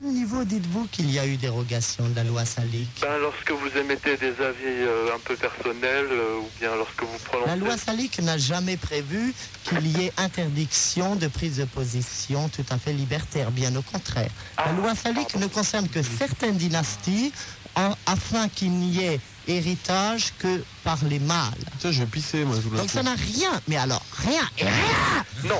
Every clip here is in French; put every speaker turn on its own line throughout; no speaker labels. vous, dites-vous qu'il y a eu dérogation de la loi Salic
Ben, lorsque vous émettez des avis euh, un peu personnels, euh, ou bien lorsque vous prononcez...
La loi Salic n'a jamais prévu qu'il y ait interdiction de prise de position tout à fait libertaire, bien au contraire.
Ah,
la loi Salic ne concerne que certaines dynasties en- afin qu'il n'y ait héritage que par les mâles.
Putain, je vais pisser, moi, tout d'un
Donc ça
coup.
n'a rien, mais alors rien, et rien,
Non, la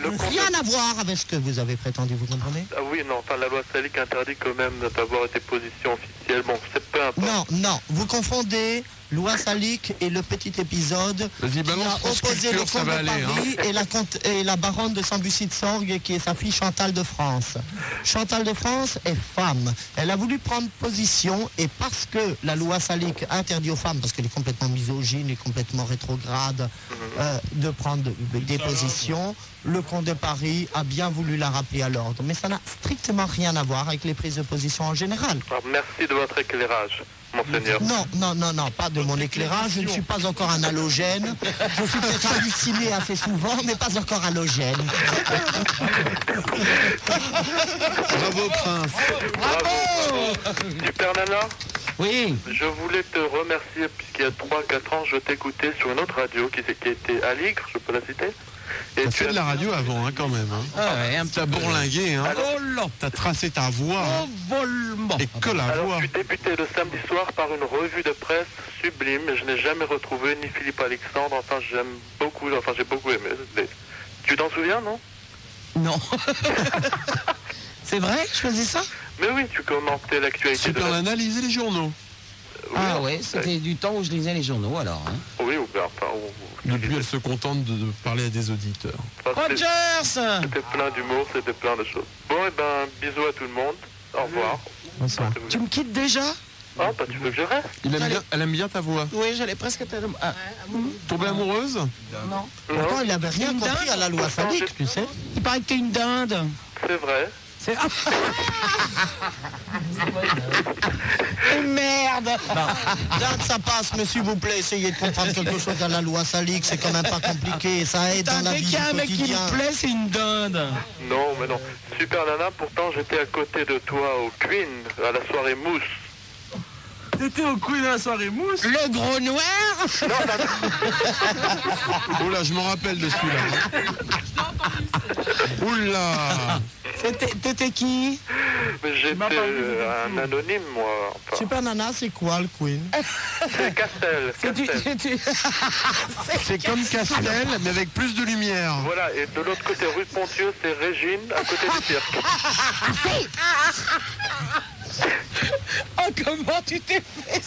loi- le contenu-
rien à voir avec ce que vous avez prétendu, vous comprenez
Ah oui, non, enfin la loi Salic interdit quand même d'avoir des positions officielles. Bon, c'est peu importe.
Non, non, vous confondez loi salique et le petit épisode
Vas-y,
qui
balance
a
France
opposé le
Culture, ça
comte de
va aller, hein.
Paris et, la comte- et la baronne de Sambucy de Sorgue qui est sa fille Chantal de France. Chantal de France est femme. Elle a voulu prendre position et parce que la loi salique interdit aux femmes, parce qu'elle est complètement misogyne et complètement rétrograde,
Mhm.
euh, de prendre des positions, le comte de Paris a bien voulu la rappeler à l'ordre. Mais ça n'a strictement rien à voir avec les prises de position en général.
Alors, merci de votre éclairage, monseigneur.
Non, non, non, non, pas de mon éclairage. Je ne suis pas encore un halogène. Je suis peut-être halluciné assez souvent, mais pas encore halogène.
Bravo, prince.
Bravo Super Nana,
Oui.
je voulais te remercier puisqu'il y a 3-4 ans, je t'écoutais sur une autre radio qui, qui était à Ligre, je peux la citer. Et euh,
T'as
tu
fait
as
de la radio avant, hein, quand même. Hein.
Ah
T'as bourlingué, hein. T'as tracé ta voix. hein. Et que la
Alors,
voix.
tu débutais le samedi soir par une revue de presse sublime. Je n'ai jamais retrouvé ni Philippe Alexandre. Enfin, j'aime beaucoup. Enfin, j'ai beaucoup aimé. Les- Tu t'en souviens, non
Non. C'est vrai Je faisais ça
Mais oui, tu commentais l'actualité. De
Super
la...
analysé les journaux.
Oui,
Ah
hein.
ouais, c'était du temps où je lisais les journaux alors. hein.
Oh Oui, ou bien enfin. ou- ou-
Depuis, elle se contente de de parler à des auditeurs.
enfin, c'était-
Rogers
C'était plein d'humour, c'était plein de choses. Bon, et ben, bisous à tout le monde. Au revoir.
Bonsoir.
Tu me quittes déjà
Ah, bah, tu veux que je reste
Il aime
Allez.
bien- elle aime bien ta voix.
Oui, j'allais presque te demander. Ah,
Tombée amoureuse
non.
Pourtant,
Non,
il n'avait rien
Une
compris
dinde
à la loi salique, tu sais.
Il paraît que t'es une dinde.
c'est vrai.
C'est. Ah. Et merde
Dinde, Oh, ça passe, mais s'il vous plaît, essayez de comprendre quelque chose à la loi salique. C'est quand même pas compliqué. Ça aide
Putain,
dans la
Dès
vie
qu'il y
du
a un mec qui
quotidien.
me plaît, c'est une dinde.
Non, mais non. Super Nana, pourtant, j'étais à côté de toi au Queen, à la soirée mousse.
T'étais au coup de la soirée mousse
Le gros noir
Oh là, je m'en rappelle de celui-là. Oula
C'était- T'étais qui
Mais J'étais
m'as parlé de
euh, un anonyme, moi. Enfin,
Super Nana, c'est quoi le Queen
c'est Castel.
C'est du.
Castel.
c'est du-
C'est comme Castel, mais avec plus de lumière.
Voilà, et de l'autre côté, rue Pontieux, c'est Régine, à côté du cirque.
Ah,
Oh, comment tu t'es fait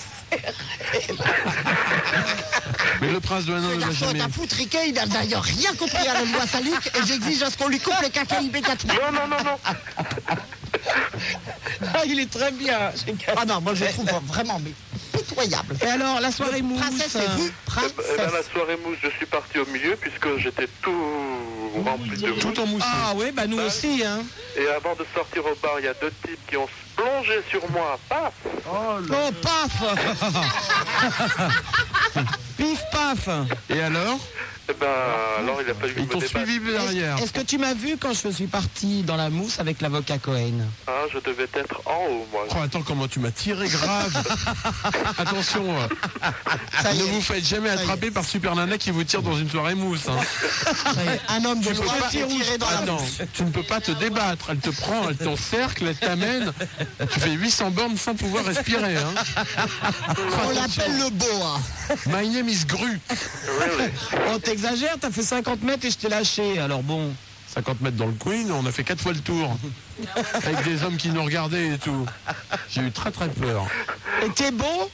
Mais le prince de Hanovre ne l'a
Garçon,
jamais.
t'as foutriqué, il n'a d'ailleurs rien compris à la loi salique et j'exige à ce qu'on lui coupe le caca immédiatement.
Non, non, non, non.
Ah, il est très bien. j'ai cassé.
Ah non, moi je le trouve vraiment mais pitoyable.
Et alors, la soirée mousse euh,
Princesse et vous, princesse.
Eh ben, la soirée mousse, je suis parti au milieu puisque j'étais tout rempli de mousse.
Tout en mousse.
Ah ouais, bah nous aussi, hein.
Et avant de sortir au bar, il y a deux types qui ont plongé sur moi. Paf
Oh là
Oh, paf Pif, paf
Et alors
Eh ben, alors il a fallu que je
Ils
me
t'ont
débatte.
suivi derrière.
Est-ce que tu m'as vu quand je suis parti dans la mousse avec l'avocat Cohen
Hein, je devais être en haut, moi.
Oh, attends, comment tu m'as tiré grave Attention, euh,
Ça y
ne
est,
vous faites jamais
y est.
attraper par Super Nana qui vous tire dans une soirée mousse. hein.
ça y est, un homme de
Tu peux
loi
pas-
est tiré dans la
Attends, tu ne peux pas te débattre. Elle te prend, elle t'encercle, elle t'amène. Tu fais 800 bornes sans pouvoir respirer. hein.
On l'appelle le boa.
My name is Gru.
Really
Oh, t'exagères, t'as fait 50 mètres et je t'ai lâché, alors bon.
50 mètres dans le Queen, on a fait 4 fois le tour. Avec des hommes qui nous regardaient et tout. J'ai eu très très peur.
Et t'es beau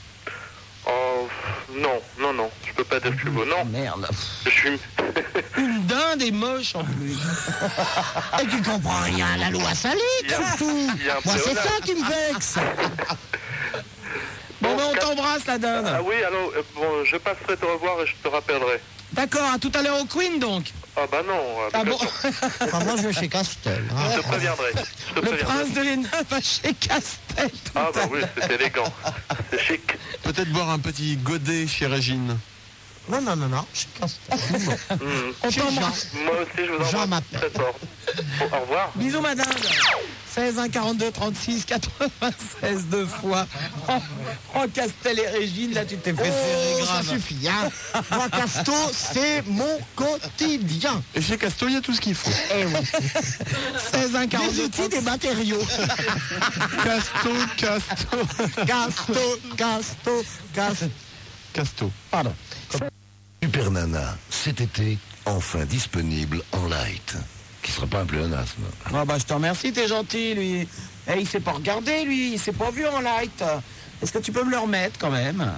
Oh, pff, non, non, non. Je peux pas dire que je suis beau. Non,
Merde.
je suis...
Une dinde est moche en plus.
Et tu comprends rien à la loi salique
Il y a-
surtout.
il y a un
Moi c'est
pléonasme.
ça qui me vexe.
Bon, ben on t'embrasse, la
Ah
dinde.
oui, alors, euh, bon, je passerai te revoir et je te rappellerai.
D'accord, à tout à l'heure au Queen, donc.
Ah bah non, euh,
Ah bon
Enfin, moi je vais chez Castel. hein.
je te préviendrai. Je te
Le
préviendrai.
prince de l'Hénin va chez Castel. tout
Ah
à
bah oui, c'est élégant. C'est chic.
Peut-être boire un petit godet chez Régine.
Non, non, non, non, chez Castel.
Hmm.
On
Chez Jean.
t'embrasse.
Moi aussi, je vous
Jean
embrasse
m'appelle.
très fort. Bon, au revoir.
Bisous, ma dinde. 16 1 42 36 96 deux fois. En, en Castel et Régine, là tu t'es fait serrer
Oh, ça
grave.
suffit, hein. Moi, Casto, c'est mon quotidien.
Et chez Casto, il y a tout ce qu'il faut.
Eh oui. 16 1
42,
Des outils, des matériaux.
Casto, Casto,
Casto, Casto, Casto.
Casto.
Pardon.
Super Nana, cet été, enfin disponible en light. Qui sera pas un pléonasme.
Ah bah je te remercie, t'es gentil lui. Eh, il s'est pas regardé lui, il s'est pas vu en light. Est-ce que tu peux me le remettre quand même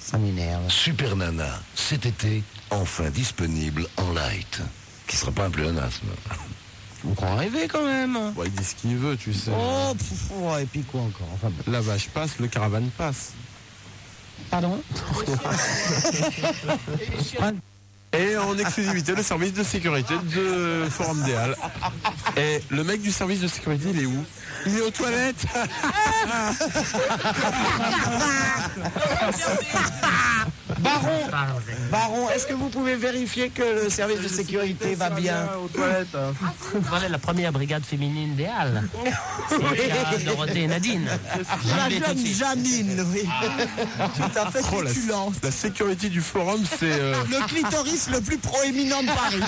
Ça m'énerve.
Super Nana, cet été, enfin disponible en light. Qui sera pas un pléonasme.
On croit rêver quand même.
Bon, il dit ce qu'il veut, tu sais.
Oh, pff, oh, et puis quoi encore Enfin bon.
La vache passe, le caravane passe.
Pardon
Et en exclusivité, le service de sécurité de Forum des Halles. Et le mec du service de sécurité, il est où Il est aux toilettes
Baron
Ah,
Baron, est-ce que vous pouvez vérifier que le service de sécurité va bien
aux toilettes. hein.
Euh, Voilà la première brigade féminine des Halles. C'est le cas de Dorothée et Nadine.
La
Je l'ai tout de
jeune
suite.
Janine, oui. Tout à fait
Oh, la-
succulente.
La sécurité du forum, c'est euh,
Ah, Le clitoris le plus proéminent de Paris.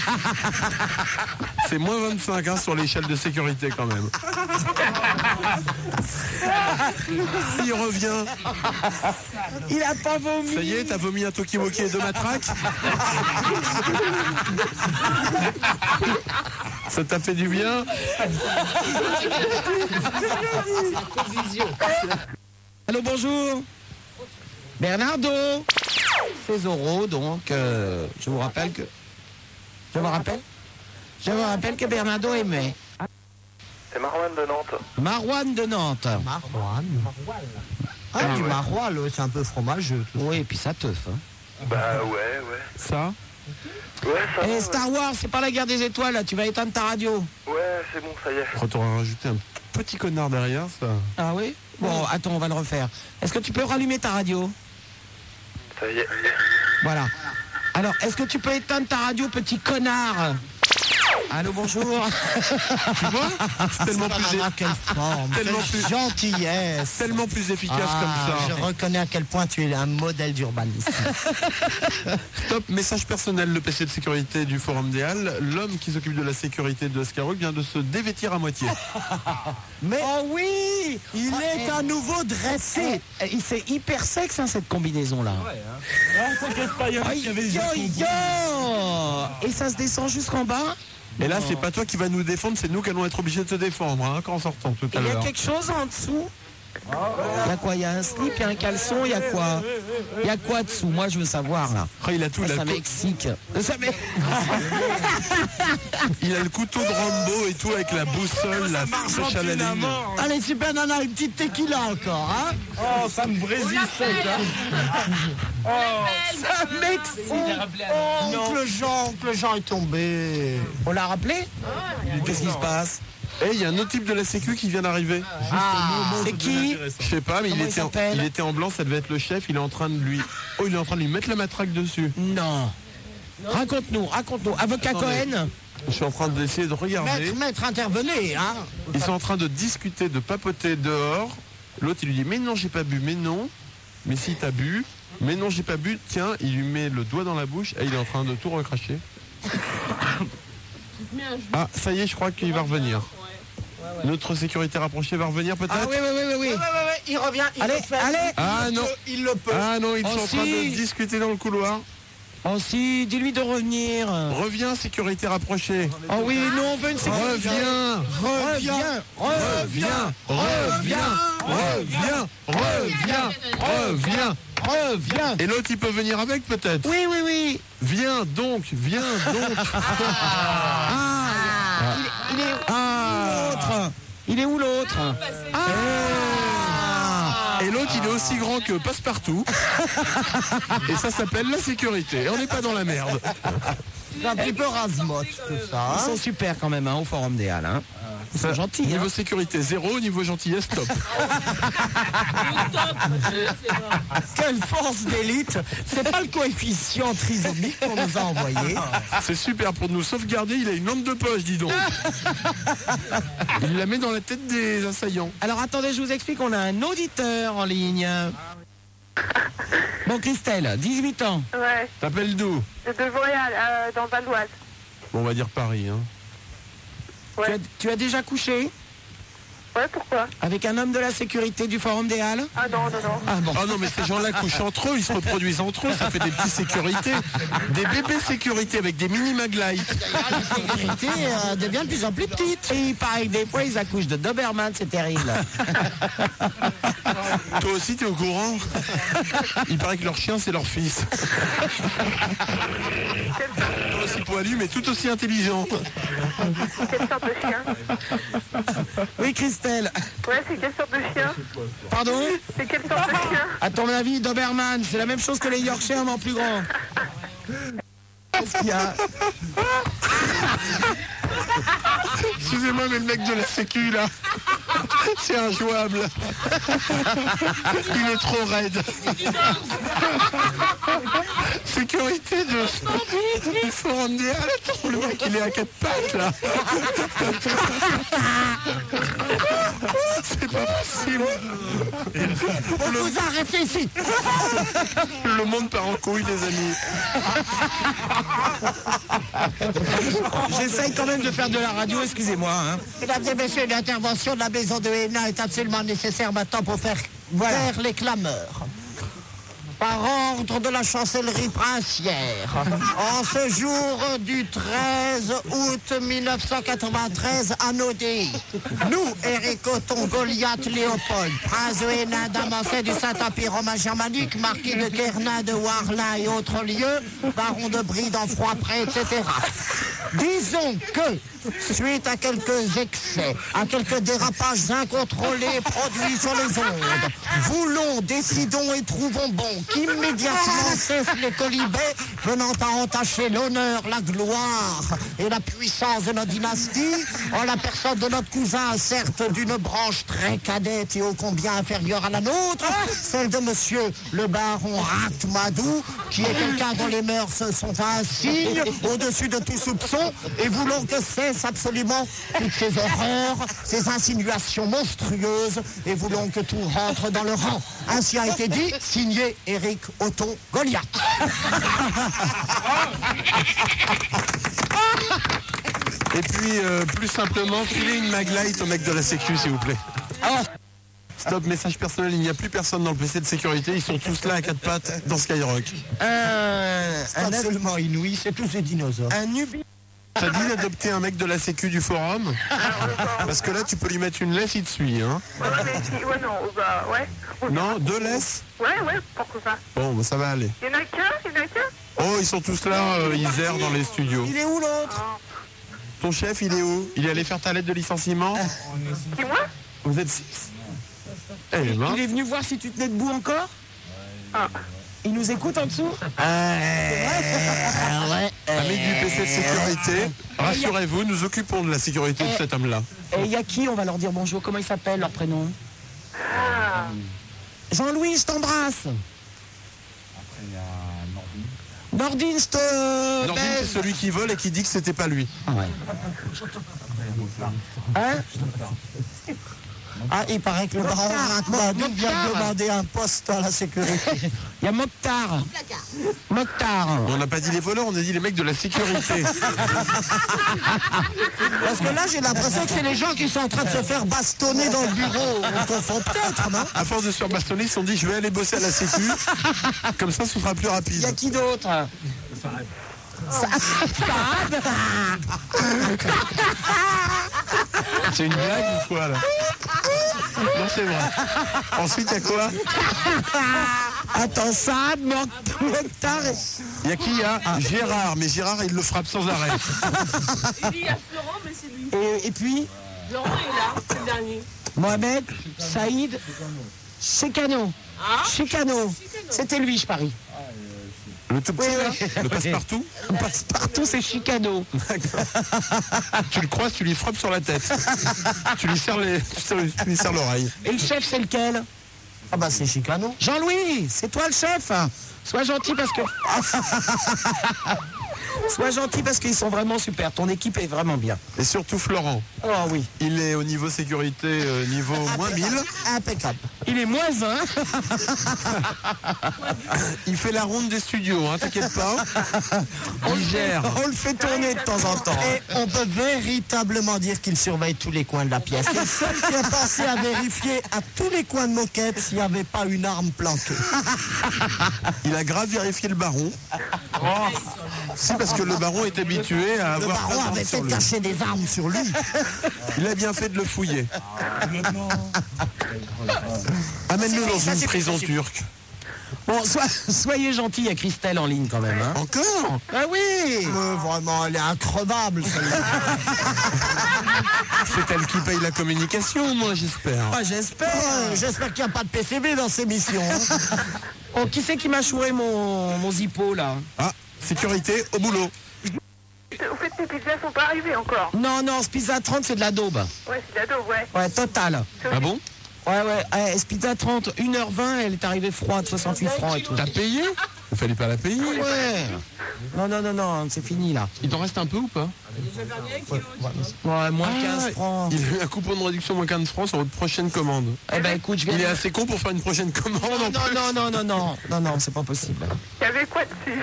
c'est moins 25 hein, sur l'échelle de sécurité quand même. Il revient.
Il a pas vomi
Ça y est, t'as vomi un Tokimoki et deux matraques Ça t'a fait du bien
Allô, bonjour Bernardo C'est Zorro, donc euh, je vous rappelle que... Je vous rappelle Je vous rappelle que Bernardo aimait
C'est Marwan de Nantes.
Marouane de Nantes.
Marouane. Ah, du maroilles, ouais, c'est un peu fromageux.
Oui, et puis ça teuf. Hein.
Bah ouais, ouais.
Ça
Ouais, ça
Eh,
va,
Star Wars, c'est pas la guerre des étoiles, là, tu vas éteindre ta radio.
ouais. Ouais, c'est bon, ça y est.
Quand t'auras Oh, rajouté un petit connard derrière, ça.
Ah oui Bon, attends, on va le refaire. Est-ce que tu peux rallumer ta radio
Ça y est.
Voilà. Alors, est-ce que tu peux éteindre ta radio, petit connard Allô, bonjour
Tu vois C'est tellement plus,
Ah, quelle forme,
Tellement
quelle
plus-
gentillesse.
tellement plus efficace
Ah,
comme
Je
ça.
reconnais à quel point tu es un modèle d'urbanisme.
Top, message personnel, le PC de sécurité du Forum des Halles. L'homme qui s'occupe de la sécurité de Skyrock vient de se dévêtir à moitié.
Mais
Ah.
Oh oui Oh,
il est à nouveau dressé.
C'est eh, il- c'est hyper sexe hein, cette combinaison là. Yo, yo Et ça se descend jusqu'en bas.
Et là, c'est pas toi qui va nous défendre, c'est nous qui allons être obligés de te défendre hein, en sortant tout à
Il y a
l'heure.
quelque chose en dessous. Il y a quoi Il y a un slip, il y a un caleçon, il y a quoi Il y a quoi dessous Moi je veux savoir là.
Ah, il a tout, il a,
Ça
le cou-
m'excite. Ça m'ex-
il a le couteau de Rambo et tout avec la boussole, la flèche à la ligne.
Allez, super nana, une petite tequila encore, hein
Oh, ça me brésille sec. hein.
ça m'excite.
Oh, Oncle Jean, oncle Jean est tombé. Ah,
On l'a rappelé Qu'est-ce qui se passe Ah,
Eh, il y a un autre type de la sécu qui vient d'arriver.
C'est qui
Je sais pas, mais il
Comment il
était, en,
s'appelle
il était en blanc, ça devait être le chef. Il est en train de lui, oh, il est en train de lui mettre la matraque dessus.
Non. Raconte-nous, raconte-nous. Avocat
Attendez.
Cohen
Je suis en train d'essayer de regarder.
Maître, maître, intervenez, hein
Ils sont en train de discuter, de papoter dehors. L'autre, il lui dit, mais non, j'ai pas bu, mais non, mais si t'as bu, mais non, j'ai pas bu. Tiens, il lui met le doigt dans la bouche et il est en train de tout recracher. Ah, ça y est, je crois qu'il va revenir. Notre sécurité rapprochée va revenir
Ah
peut-être.
oui, oui, oui, oui, oui.
il revient, il
Allez, allez
Ah non,
Il le peut.
ah non, ils sont
Oh,
en train
si.
de discuter dans le couloir.
Oh si, dis-lui de revenir.
Reviens, sécurité rapprochée.
Oh oui, nous on veut une sécurité.
Reviens,
Reviens,
reviens, reviens, reviens, reviens, reviens, reviens. Et l'autre, il peut venir avec peut-être.
Oui, oui, oui.
Viens donc, viens donc.
Ah. Il est où l'autre Ah. Il est où l'autre Ah.
Et l'autre, il est aussi grand que passe-partout. Et ça s'appelle la sécurité. Et on n'est pas dans la merde.
C'est un petit peu rasmote, tout ça.
Ils
hein.
Ah.
sont super quand même hein, au Forum des Halles. hein. C'est gentil.
Niveau
hein.
sécurité, zéro. Niveau gentillesse, top.
Quelle force d'élite C'est pas le coefficient trisomique qu'on nous a envoyé.
C'est super pour nous sauvegarder. Il a une lampe de poche, dis donc. Il la met dans la tête des assaillants.
Alors attendez, je vous explique, on a un auditeur en ligne. Bon, Christelle, 18 ans.
Ouais,
T'appelles d'où
de Vauréal, euh, dans Val d'Oise.
Bon, on va dire Paris. Hein.
Ouais.
Tu, as, tu as déjà couché
Ouais, pourquoi
avec un homme de la sécurité du Forum des Halles
Ah non, non, non.
Ah bon.
Ah non, mais ces gens-là couchent entre eux, ils se reproduisent entre eux, ça fait des petits sécurités. Des bébés sécurité avec des mini maglites.
Ah, La sécurité euh, devient de plus en plus petite.
Et il paraît que des fois, ils accouchent de Doberman, c'est terrible.
Toi aussi, t'es au courant Il paraît que leur chien, c'est leur fils. Toi aussi poilu, mais tout aussi intelligent.
Quelle sorte de chien
Oui, Christelle.
Ouais, c'est quelle sorte de chien
Pardon
C'est hein quelle sorte de chien
À ton avis, Doberman, c'est la même chose que les Yorkshire, mais en plus grand. Qu'est-ce qu'il y a
Excusez-moi, mais le mec de la sécu, là, c'est injouable. Il est trop raide. Sécurité de... du forum des Halles. Attends, le mec, il est à quatre pattes, là. C'est pas possible.
On vous a réfléchi.
Le monde part en couille, les amis.
J'essaye quand même de faire de la radio, excusez-moi. hein.
Mesdames et messieurs, l'intervention de la maison de Hénin est absolument nécessaire maintenant pour faire
Voilà.
taire les clameurs. Par ordre de la chancellerie princière, en ce jour du 13 août 1993 à Nodé, nous, Éric Othon, Goliath Léopold, prince de Hénin d'Amancé du Saint-Empire romain germanique, marquis de Guernin, de Warlin et autres lieux, baron de Bride en Froidpré, etc. Disons que, suite à quelques excès, à quelques dérapages incontrôlés produits sur les ondes, voulons, décidons et trouvons bon qu'immédiatement cessent les colibets venant à entacher l'honneur, la gloire et la puissance de notre dynastie, en la personne de notre cousin, certes d'une branche très cadette et ô combien inférieure à la nôtre, celle de monsieur le baron Ratmadou, qui est quelqu'un dont les mœurs sont un signe au-dessus de tout soupçon, et voulons que cesse absolument toutes ces horreurs, ces insinuations monstrueuses, et voulons que tout rentre dans le rang. Ainsi a été dit, signé Éric Othon Goliath.
Ah,
Et puis, euh, plus simplement, filez une maglite au mec de la sécu, s'il vous plaît.
Ah.
Stop, message personnel, il n'y a plus personne dans le PC de sécurité, ils sont tous là à quatre pattes dans Skyrock. Euh.
Euh, Un-
C'est
un,
absolument inouï, c'est tous des dinosaures.
un ubi-
T'as dit d'adopter un mec de la sécu du forum Parce que là, tu peux lui mettre une laisse, il te suit, hein
Ouais, mais si- ouais, non, oh, bah, ouais. On verra.
Non, deux laisses
Ouais, ouais, pourquoi pas.
Bon, bah, ça va aller.
Il y en a qu'un, il y en a qu'un
Oh, ils sont tous là, euh, ils errent dans les studios.
Il est où l'autre
Ton chef, il est où Il est allé faire ta lettre de licenciement
Qui, moi
Vous êtes six. Eh ben,
Ah. Il est venu voir si tu tenais debout encore
Ah.
Il nous écoute en dessous
un mec du PC de sécurité, Eh. rassurez-vous, nous occupons de la sécurité de cet homme-là.
Et il y a qui On va leur dire bonjour. Comment ils s'appellent, leur prénom
Ah,
Jean-Louis, je t'embrasse. Nordine, je te.
Nordine, c'est
baise.
celui qui vole et qui dit que c'était pas lui.
Hein
Ah, il paraît que le baron Ratmadou vient de demander un poste à la sécurité.
Il y a Mokhtar. Mokhtar.
On n'a pas dit les voleurs, on a dit les mecs de la sécurité.
Parce que là, j'ai l'impression que c'est les gens qui sont en train de se faire bastonner dans le bureau. On confond peut-être, non
à force de se faire bastonner, ils se sont dit je vais aller bosser à la sécu. Comme ça, ce sera plus
Il y a
rapide.
qui d'autre
C'est une blague ou quoi là Non, c'est vrai. Ensuite, il y a quoi
Attends, Saad, Mok- Mokhtar. et-
Il y a qui Il y a Gérard, mais Gérard, il le frappe sans arrêt.
Il y a Florent, mais c'est lui.
Et, et puis
Florent est là, c'est le dernier.
Mohamed, Saïd, Chekano.
Ah
Chekano.
Chekano.
C'était lui, je parie.
Le tout petit,
Oui,
là
oui.
le passe-partout
passe partout, c'est Chicano.
Tu le croises, tu lui frappes sur la tête. tu lui serres les- tu serres- tu lui serres l'oreille.
Et le chef, c'est lequel
Ah bah c'est Chicano.
Jean-Louis, c'est toi le chef. Sois gentil parce que. Sois gentil parce qu'ils sont vraiment super. Ton équipe est vraiment bien.
Et surtout Florent,
Oh oui.
il est au niveau sécurité, euh, niveau moins 1000.
Impeccable.
Il est moins 20.
Il fait la ronde des studios, hein, t'inquiète pas. Il gère.
On le fait tourner de temps en temps.
Et on peut véritablement dire qu'il surveille tous les coins de la pièce. C'est le seul qui est passé à vérifier à tous les coins de moquette s'il n'y avait pas une arme planquée.
Il a grave vérifié le baron. Oh. C'est parce que le baron est habitué à
Oh. Le
avoir. pas
baron
d'armes
avait
sur
fait
lui.
cacher des armes sur lui.
Il a bien fait de le fouiller. Amène-le dans une prison turque.
Bon, sois- soyez gentil à Christelle en ligne quand même. hein.
Encore
Ah oui
Euh, vraiment, elle est increvable celle-là.
C'est elle qui paye la communication, moi j'espère.
Ah, J'espère.
Euh, J'espère qu'il n'y a pas de PCB dans ces missions. hein.
Oh, qui c'est qui m'a chouré mon, mon zippo là
Ah, sécurité au boulot.
Au fait, tes pizzas sont pas arrivées encore.
Non, non, ce pizza 30, c'est de la daube.
Ouais, c'est de la daube, ouais.
Ouais, total.
Ah bon
Ouais, ouais, eh, ce pizza 30, 1h20, elle est arrivée froide, 68 francs et tout.
T'as payé Il fallait pas la payer.
Ouais Non, non, non, non, c'est fini là.
Il t'en reste un peu ou pas
Ouais, moins
Ah,
15 francs.
Il a eu un coupon de réduction moins 15 francs sur votre prochaine commande.
Eh ben écoute, je vais.
Il est assez con pour faire une prochaine commande.
Non,
en plus.
non, non, non, non, non, non, c'est pas possible.
Il y avait quoi dessus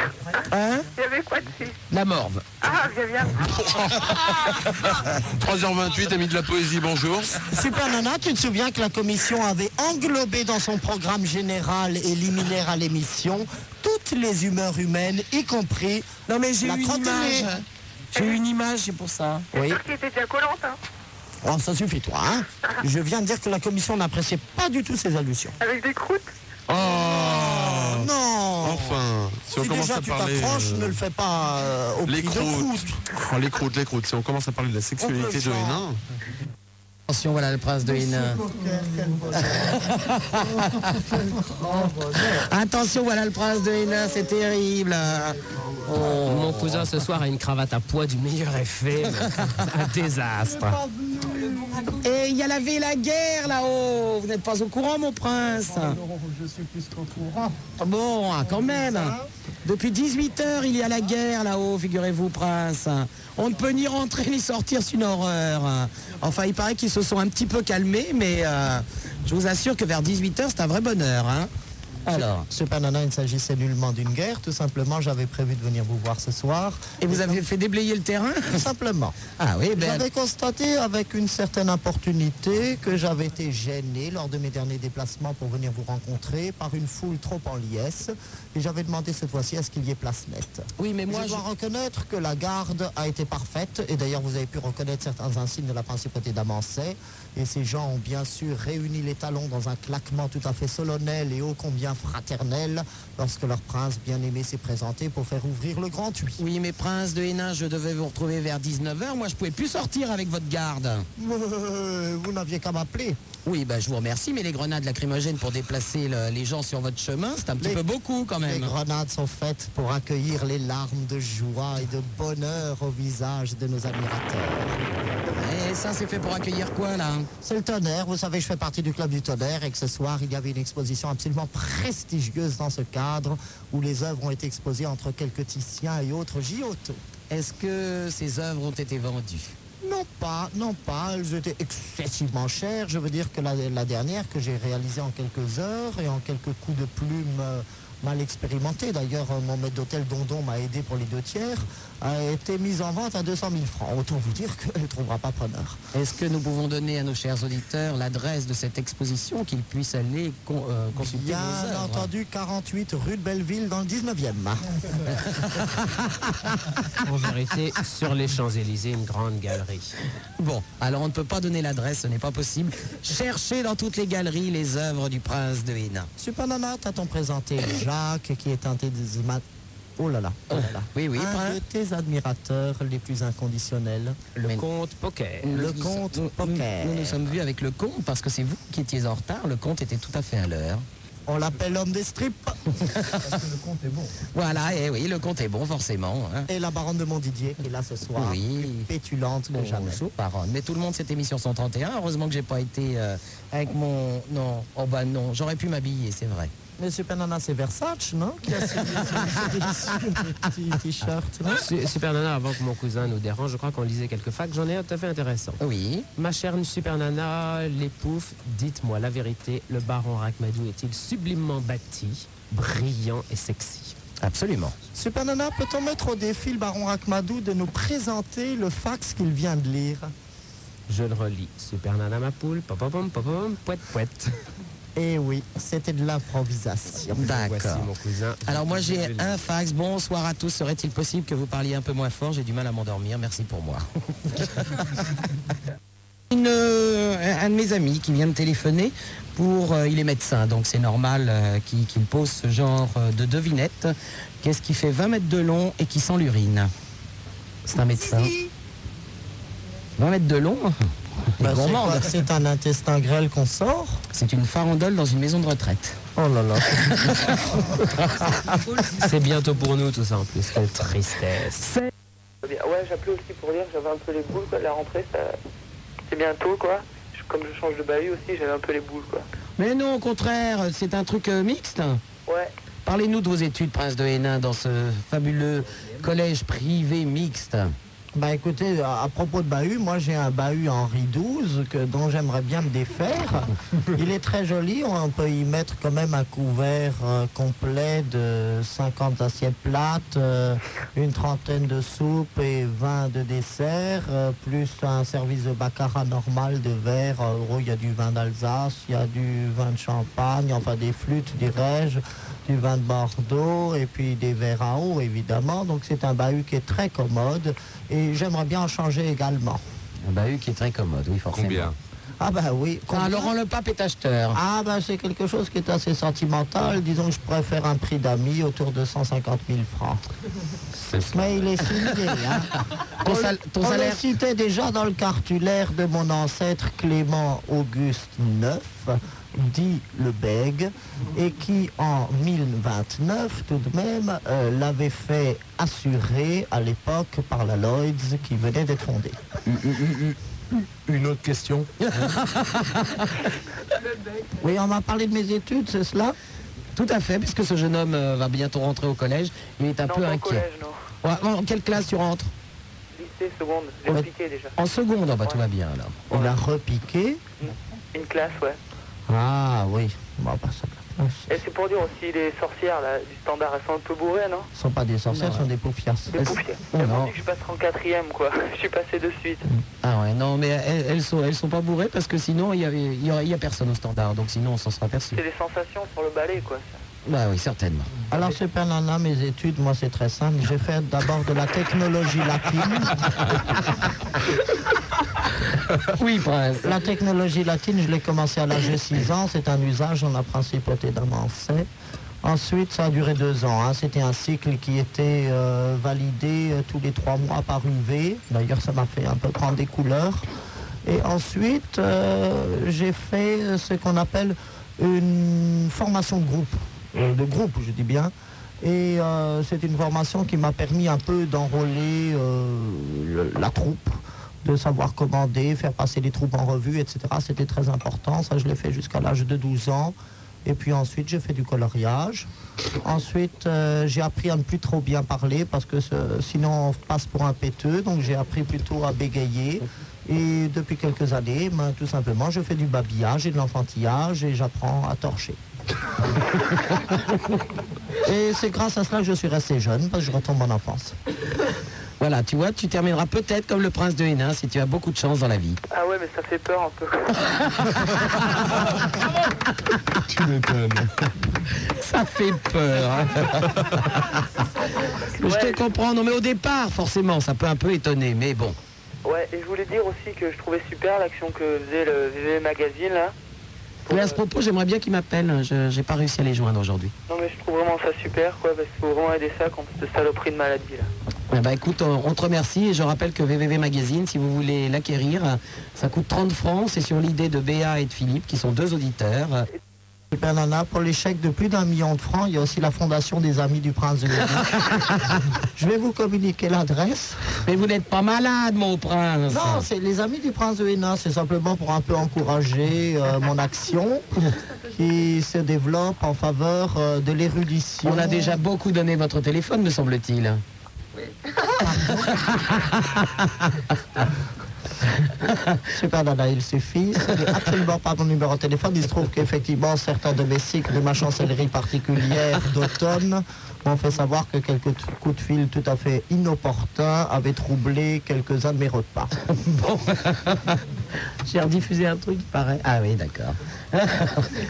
Hein
Il y avait quoi dessus
La morve.
Ah, viens, viens.
3h28, ami de la poésie, bonjour.
Super Nana, tu te souviens que la commission avait englobé dans son programme général et liminaire à l'émission toutes les humeurs humaines, y compris
Non, mais j'ai
La
eu une
crottonnée.
image. J'ai eu une image, c'est pour ça.
Oui.
Qui était déjà collante, hein.
Oh, ça suffit, toi. Hein Je viens de dire que la commission n'appréciait pas du tout ces allusions.
Avec des croûtes.
Oh
Non
Enfin, si on
Si
commence
déjà
à
tu
parler.
t'accroches, ne
euh,
le fais pas euh, au
Les
prix de
croûtes.
croûtes.
Oh, les croûtes, les croûtes. Si on commence à parler de la
On peut
sexualité
le
de
faire.
Hénin.
Attention, voilà le prince de Hénin. Attention, voilà le prince de Hénin, c'est terrible.
Oh. Mon cousin ce soir a une cravate à poids du meilleur effet. Un désastre.
Et il y a la ville la guerre là-haut. Vous n'êtes pas au courant, mon prince.
Je suis plus qu'au courant.
Ah Bon, ah, quand même. Depuis 18 heures, il y a la guerre là-haut, figurez-vous, prince. On ne peut ni rentrer ni sortir, c'est une horreur. Enfin, il paraît qu'ils se sont un petit peu calmés, mais euh, je vous assure que vers 18 heures, c'est un vrai bonheur. hein. Alors,
Super Nana, il ne s'agissait nullement d'une guerre. Tout simplement, j'avais prévu de venir vous voir ce soir.
et vous avez fait déblayer le terrain
Tout simplement.
Ah oui, ben,
J'avais constaté avec une certaine importunité que j'avais été gêné lors de mes derniers déplacements pour venir vous rencontrer par une foule trop en liesse et j'avais demandé cette fois-ci à ce qu'il y ait place nette.
oui, mais
Moi, je dois reconnaître que la garde a été parfaite et d'ailleurs vous avez pu reconnaître certains insignes de la principauté d'Amancet et ces gens ont bien sûr réuni les talons dans un claquement tout à fait solennel et ô combien fraternel lorsque leur prince bien-aimé s'est présenté pour faire ouvrir le grand huit.
Oui, mais prince de Hénin, je devais vous retrouver vers 19h. Moi, je pouvais plus sortir avec votre garde.
Euh, Vous n'aviez qu'à m'appeler.
Oui, bah, je vous remercie, mais les grenades lacrymogènes pour déplacer le- les gens sur votre chemin, c'est un petit
Les-
peu beaucoup quand
Les
même.
grenades sont faites pour accueillir les larmes de joie et de bonheur au visage de nos admirateurs.
Et ça, c'est fait pour accueillir quoi, là
C'est le tonnerre, vous savez, je fais partie du club du tonnerre et que ce soir, il y avait une exposition absolument prestigieuse dans ce cadre où les œuvres ont été exposées entre quelques Titiens et autres Giotto.
Est-ce que ces œuvres ont été vendues
Non pas, non pas, elles étaient excessivement chères. Je veux dire que la, la dernière que j'ai réalisée en quelques heures et en quelques coups de plume euh, mal expérimentés, d'ailleurs euh, mon maître d'hôtel Dondon m'a aidé pour les deux tiers, a été mise en vente à 200 000 francs. Autant vous dire qu'elle ne trouvera pas preneur.
Est-ce que nous pouvons donner à nos chers auditeurs l'adresse de cette exposition qu'ils puissent aller con- euh, consulter
Bien
les œuvres
entendu, 48 rue de Belleville dans le 19e.
En vérité, sur les Champs-Élysées, une grande galerie.
Bon, alors on ne peut pas donner l'adresse, ce n'est pas possible. Cherchez dans toutes les galeries les œuvres du prince de Hénin.
Super Nana, t'as-t-on présenté Jacques qui est un des... Oh là là, oh là là.
Oui, oui,
un
prince.
de tes admirateurs les plus inconditionnels.
Mais-
Compte poker.
Nous-
Le
nous-
comte
nous, nous-
Poker.
nous nous sommes vus avec le comte parce que c'est vous qui étiez en retard. Le comte était tout à fait à l'heure.
On l'appelle homme des strips.
Parce que le compte est bon.
Voilà, et oui, le compte est bon, forcément. hein.
Et la baronne de Montdidier qui est là ce soir.
Oui.
Pétulante que jamais.
Bonjour, baronne. Mais tout le monde, cette émission 131. Heureusement que j'ai pas été euh, avec mon. Non, oh bah non, j'aurais pu m'habiller, c'est vrai.
Monsieur Penana, c'est Versace, non Qui a ce ce délicieux petit t-shirt, non
Su- Super Nana, avant que mon cousin nous dérange, je crois qu'on lisait quelques facs. J'en ai un tout à fait intéressant.
Oui.
Ma chère Super Nana, les poufs, dites-moi la vérité. Le baron Rachmadou est-il sublimement bâti, brillant et sexy
Absolument.
Super Nana, peut-on mettre au défi le baron Rachmadou de nous présenter le fax qu'il vient de lire
Je le relis. Super Nana, ma poule, popopom, popopom, poète, poète.
Eh oui, c'était de l'improvisation.
Voici
D'accord.
mon cousin.
Alors moi j'ai un fax. Bonsoir à tous. Serait-il possible que vous parliez un peu moins fort J'ai du mal à m'endormir. Merci pour moi. Une, euh, un de mes amis qui vient de téléphoner pour... euh, il est médecin, donc c'est normal euh, qu'il qu'il pose ce genre euh, de devinette. Qu'est-ce qui fait 20 mètres de long et qui sent l'urine C'est un médecin. 20 mètres de long
Bah,
Les
c'est
gourmandes.
quoi C'est un intestin grêle qu'on sort
C'est une farandole dans une maison de retraite.
Oh là là.
C'est bientôt pour nous tout ça en plus. Quelle tristesse.
Ouais, j'appelais aussi pour dire que j'avais un peu les boules, quoi. La rentrée, ça- c'est bientôt, quoi. Je- Comme je change de bahut aussi, j'avais un peu les boules, quoi.
Mais non, au contraire, c'est un truc euh, mixte.
Ouais.
Parlez-nous de vos études, Prince de Hénin, dans ce fabuleux collège privé mixte.
Bah écoutez, à, à propos de bahut, moi j'ai un bahut Henri XII que, dont j'aimerais bien me défaire. Il est très joli, on peut y mettre quand même un couvert euh, complet de 50 assiettes plates, euh, une trentaine de soupes et 20 de desserts, euh, plus un service de baccarat normal de verre. euh, En gros, il y a du vin d'Alsace, il y a du vin de champagne, enfin des flûtes, dirais-je du vin de Bordeaux et puis des verres à eau évidemment. Donc c'est un bahut qui est très commode et j'aimerais bien en changer également.
Un bahut qui est très commode, oui, forcément.
Combien
Ah bah oui.
Ah,
combien
Laurent Le Pape est acheteur.
Ah bah c'est quelque chose qui est assez sentimental. Disons que je préfère un prix d'amis autour de 150 000 francs. Mais il est signé. hein.
ton sal- ton
On le
salaire,
citait déjà dans le cartulaire de mon ancêtre Clément Auguste IX, dit le Bègue, et qui en 1029 tout de même euh, l'avait fait assurer à l'époque par la Lloyds qui venait d'être fondée.
Une autre question
Oui, on m'a parlé de mes études, c'est cela
tout à fait, puisque ce jeune homme euh, va bientôt rentrer au collège, il est un
non,
peu
pas au
inquiet.
collège, non.
Ouais, en quelle classe tu rentres
Lycée, seconde. J'ai
Ouais.
piqué, déjà.
En seconde, ah bah, tout va bien alors.
On l'a repiqué.
Une classe, ouais.
Ah oui, bon, bah, ça me la place.
Et c'est pour dire aussi les sorcières, là, du standard, elles sont un peu bourrées, non
Ce sont pas des sorcières, ce sont des poufiasses.
Des poufières.
Oh
Elles m'ont
non.
dit que je passerais en quatrième, quoi. Je suis passé de suite.
Ah ouais, non, mais elles, elles sont, elles sont pas bourrées parce que sinon, il y, avait- il y aurait- il y a personne au standard, donc sinon on s'en sera perçu.
C'est les sensations sur le balai, quoi.
Bah oui, certainement.
Alors, c'est pas nana, mes études, moi, c'est très simple. J'ai fait d'abord de la technologie latine.
Oui, Prince.
La technologie latine, je l'ai commencé à l'âge de 6 ans. C'est un usage dans la principauté d'Amancé. Ensuite, ça a duré deux ans. hein. C'était un cycle qui était euh, validé euh, tous les trois mois par UV. D'ailleurs, ça m'a fait un peu prendre des couleurs. Et ensuite, euh, j'ai fait euh, ce qu'on appelle une formation de groupe. Euh, de groupe, je dis bien. Et euh, c'est une formation qui m'a permis un peu d'enrôler euh, le- la troupe de savoir commander, faire passer les troupes en revue, etc. C'était très important. Ça, je l'ai fait jusqu'à l'âge de 12 ans. Et puis ensuite, j'ai fait du coloriage. Ensuite, euh, j'ai appris à ne plus trop bien parler parce que ce- sinon, on passe pour un péteux. Donc, j'ai appris plutôt à bégayer. Et depuis quelques années, ben, tout simplement, je fais du babillage et de l'enfantillage et j'apprends à torcher. et c'est grâce à cela que je suis resté jeune parce que je retombe en enfance.
Voilà, tu vois, tu termineras peut-être comme le prince de Hénin si tu as beaucoup de chance dans la vie.
Ah ouais, mais ça fait peur un peu.
Tu m'étonnes.
Ça fait peur. hein. Je te
Ouais.
comprends. Non, mais au départ, forcément, ça peut un peu étonner. Mais bon,
Ouais, et je voulais dire aussi que je trouvais super l'action que faisait le VV Magazine, là. Pour,
mais à
euh,
ce propos, j'aimerais bien qu'ils m'appellent. Je n'ai pas réussi à les joindre aujourd'hui.
Non, mais je trouve vraiment ça super, quoi, parce qu'il faut vraiment aider ça contre cette saloperie de maladie, là.
Eh ben, écoute, on, on te remercie et je rappelle que VVV Magazine, si vous voulez l'acquérir, euh, ça coûte 30 francs. C'est sur l'idée de Béa et de Philippe, qui sont deux auditeurs.
Super Nana, pour les chèques de plus d'un million de francs, il y a aussi la fondation des Amis du Prince de Galles. Je vais vous communiquer l'adresse.
Mais vous n'êtes pas malade, mon prince.
Non, c'est les amis du prince de Hénin, c'est simplement pour un peu encourager euh, mon action qui se développe en faveur euh, de l'érudition.
On a déjà beaucoup donné votre téléphone, me semble-t-il.
Super Nana, il suffit. Ce n'est absolument pas mon numéro de téléphone. Il se trouve qu'effectivement, certains de mes cycles de ma chancellerie particulière d'automne m'ont fait savoir que quelques t- coups de fil tout à fait inopportuns avaient troublé quelques-uns de mes repas.
J'ai rediffusé un truc, il paraît. Ah oui, d'accord.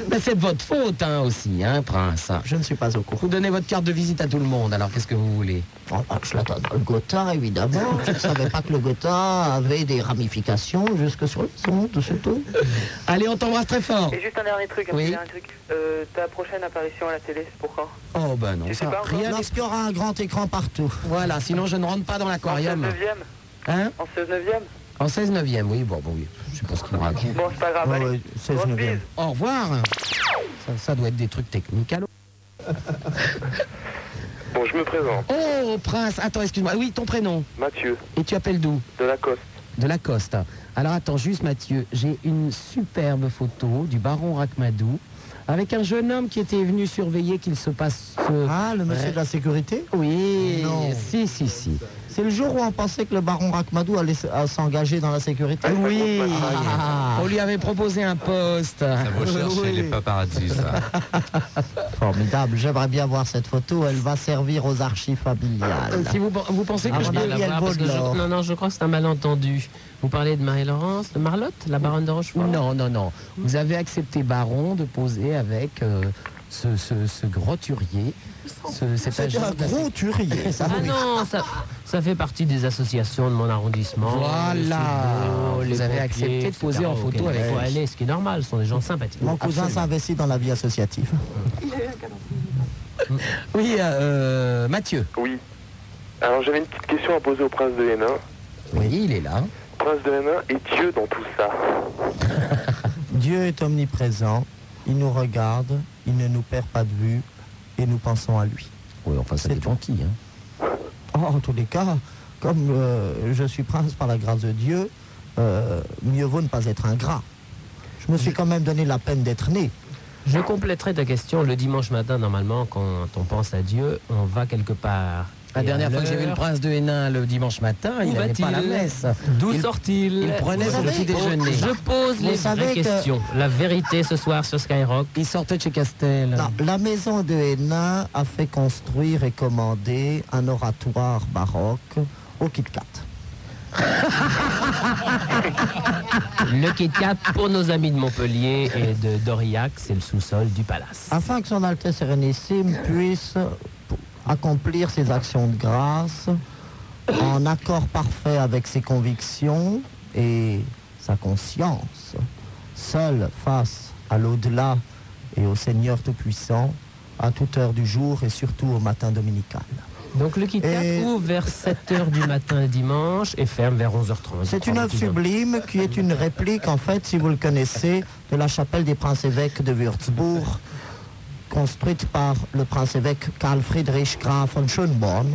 Mais c'est de votre faute, hein, aussi, hein, prince.
Je ne suis pas au courant.
Vous donnez votre carte de visite à tout le monde, alors qu'est-ce que vous voulez
Oh, bah, je l'attends dans le Gotha, évidemment. Je ne savais pas que le Gotha avait des ramifications jusque sur les ondes, c'est tout.
Allez, on t'embrasse très fort.
Et juste un dernier truc, un
Oui.
petit dernier truc. Euh, ta prochaine apparition à la télé, c'est pour quand
Oh, ben non,
Tu sais
ça,
pas encore
rien n'est-
Lorsqu'il y aura hein, un grand écran partout.
Voilà, sinon je ne rentre pas dans
En 16
l'aquarium.
9
Hein
En 16 9
En 16 9e, oui, bon, bon, oui. Je sais pas ce qu'il me raconte.
Bon, c'est pas grave,
Ouais, ouais,
allez.
16
Grosse
neuvième.
bise.
Au revoir. Ça, ça doit être des trucs techniques. Allô
Bon, je me présente.
Oh, prince, attends, excuse-moi. Oui, ton prénom.
Mathieu,
Et tu appelles d'où
de Lacoste.
De la Coste. Alors attends, juste Mathieu, j'ai une superbe photo du baron Rachmadou avec un jeune homme qui était venu surveiller qu'il se passe... euh,
Ah, le monsieur de la sécurité
Oui,
Non.
si, si, si.
C'est le jour où on pensait que le baron Rachmadou allait s- à s'engager dans la sécurité
Ah,
Ah
Ah,
Oui, on lui avait proposé un poste.
Ça vaut cher chez
Oui.
les paparazzis, ça.
Formidable, j'aimerais bien voir cette photo, elle va servir aux archives
Euh,
familiales.
Si vous, vous pensez que
Ah,
je
on a
peux...
la-
la
Gabriel
voir, parce que je-
Baudelaire.
non, non, je crois que c'est un malentendu. Vous parlez de Marie-Laurence, de Marlotte, la baronne de Rochefort
Non, non, non. Vous avez accepté baron de poser avec euh, ce, ce, ce grotturier, ce, cet
C'est
agent
un
de la
gros turier, ça.
Ah non, ça, ça fait partie des associations de mon arrondissement.
Voilà.
Les footballs,
Vous
les
avez
pompiers,
accepté de poser
etc.,
en photo
auxquels
avec
il faut
eux.
aller, ce qui est normal, ce sont des gens sympathiques.
Mon cousin s'investit dans la vie associative.
Oui, euh, Mathieu.
Oui. Alors j'avais une petite question à poser au prince de Hénin.
Oui, il est là.
Prince de Hénin est Dieu dans tout ça.
Dieu est omniprésent, il nous regarde, il ne nous perd pas de vue et nous pensons à lui.
Oui, enfin, ça
C'est
dépend qui. Hein.
Oh, en tous les cas, comme euh, je suis prince par la grâce de Dieu, euh, mieux vaut ne pas être ingrat. Je me suis quand même donné la peine d'être né.
Je compléterai ta question. Le dimanche matin, normalement, quand on pense à Dieu, on va quelque part.
La
Et à
dernière fois que j'ai vu le
l'heure,
prince de Hénin le dimanche matin,
Où
il n'allait pas à la
va-t-il
messe.
D'où
Il-
sort-il
il prenait
Vous
son
savez,
petit déjeuner.
Je pose
Vous
les
savez
vraies
que-
questions. La vérité ce soir sur Skyrock.
Il sortait de chez Castel.
Non, la maison de Hénin a fait construire et commander un oratoire baroque au Kit Kat.
Le Kit Kat pour nos amis de Montpellier et de d'Aurillac, c'est le sous-sol du palace.
Afin que son Altesse Sérénissime puisse p- accomplir ses actions de grâce en accord parfait avec ses convictions et sa conscience, seul face à l'au-delà et au Seigneur Tout-Puissant, à toute heure du jour et surtout au matin dominical.
Donc le Kit Kat
Et-
ouvre vers 7h du matin le dimanche et ferme vers 11h30.
C'est une œuvre sublime qui est une réplique, en fait, si vous le connaissez, de la chapelle des princes-évêques de Würzburg, construite par le prince-évêque Karl Friedrich Graf von Schönborn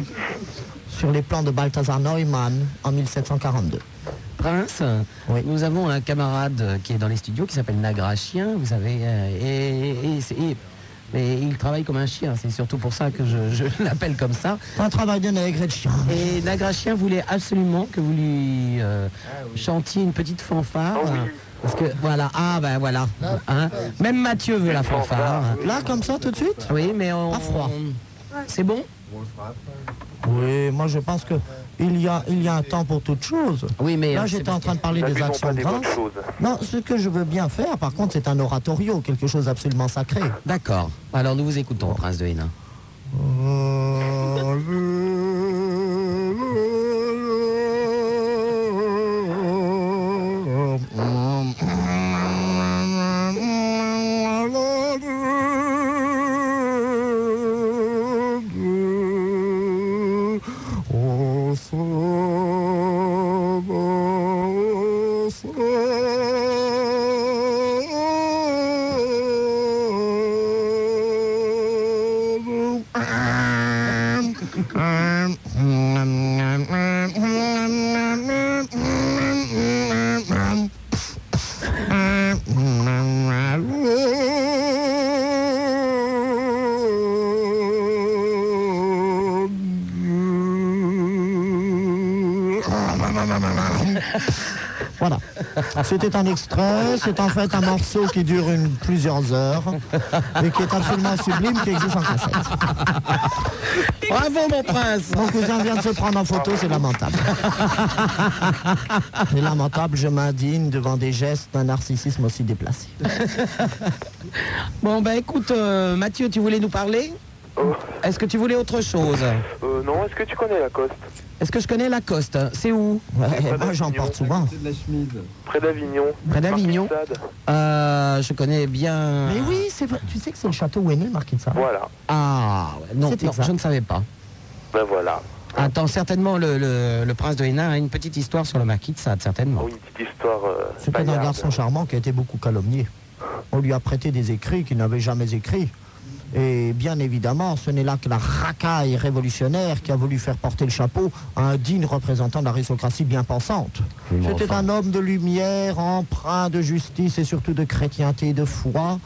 sur les plans de Balthasar Neumann en 1742.
Prince,
Oui.
nous avons un camarade qui est dans les studios qui s'appelle Nagra Chien, vous savez, euh, et, et- et- et- mais il travaille comme un chien, c'est surtout pour ça que je, je l'appelle comme ça.
Un travail de nègre et de chien.
Et Nagra Chien voulait absolument que vous lui euh, chantiez une petite fanfare. euh, Parce que voilà, ah ben voilà. hein. Même Mathieu veut la fanfare.
Là, Ah, comme ça, tout de suite
Oui, mais on.
Pas froid.
C'est bon
Oui, moi je pense que il y a, il y a un temps pour toute chose.
Oui, mais.
Là,
euh, c'est
j'étais
parce
en train de parler des
N'abusons
actions
pas
de
des bonnes
grâce.
choses.
Non, ce que je veux bien faire, par contre, c'est un oratorio, quelque chose d'absolument sacré.
que- D'accord. Alors nous vous écoutons, Prince de Hénin.
Oh,
Oh,
Voilà. C'était un extrait, c'est en fait un morceau qui dure une, plusieurs heures et qui est absolument sublime, qui existe en cassette.
Bravo, mon prince.
Mon cousin vient de se prendre en photo, c'est lamentable. C'est lamentable, je m'indigne devant des gestes d'un narcissisme aussi déplacé.
Bon, bah écoute, euh, Mathieu, tu voulais nous parler
Oh.
Est-ce que tu voulais autre chose
Euh, non, est-ce que tu connais Lacoste
Est-ce que je connais Lacoste hein? C'est où Eh,
Ouais, moi j'en porte souvent.
C'est de la chemise.
Près d'Avignon.
Près d'Avignon.
Marquis de Sade.
Euh, Je connais bien.
Mais oui, c'est vrai. Tu sais que c'est le château où est né le Marquis de Sade.
Voilà.
Ah, ouais, non,
C'est
non,
exact.
je ne savais pas.
Ben voilà.
Attends, certainement, le, le- le prince de Hénin a une petite histoire sur le marquis de Sade, certainement.
Oui, une petite histoire. euh,
C'était un
bagarde.
garçon charmant qui a été beaucoup calomnié. On lui a prêté des écrits qu'il n'avait jamais écrits. Et bien évidemment, ce n'est là que la racaille révolutionnaire qui a voulu faire porter le chapeau à un digne représentant de l'aristocratie bien pensante. C'était un homme de lumière, empreint de justice et surtout de chrétienté et de foi.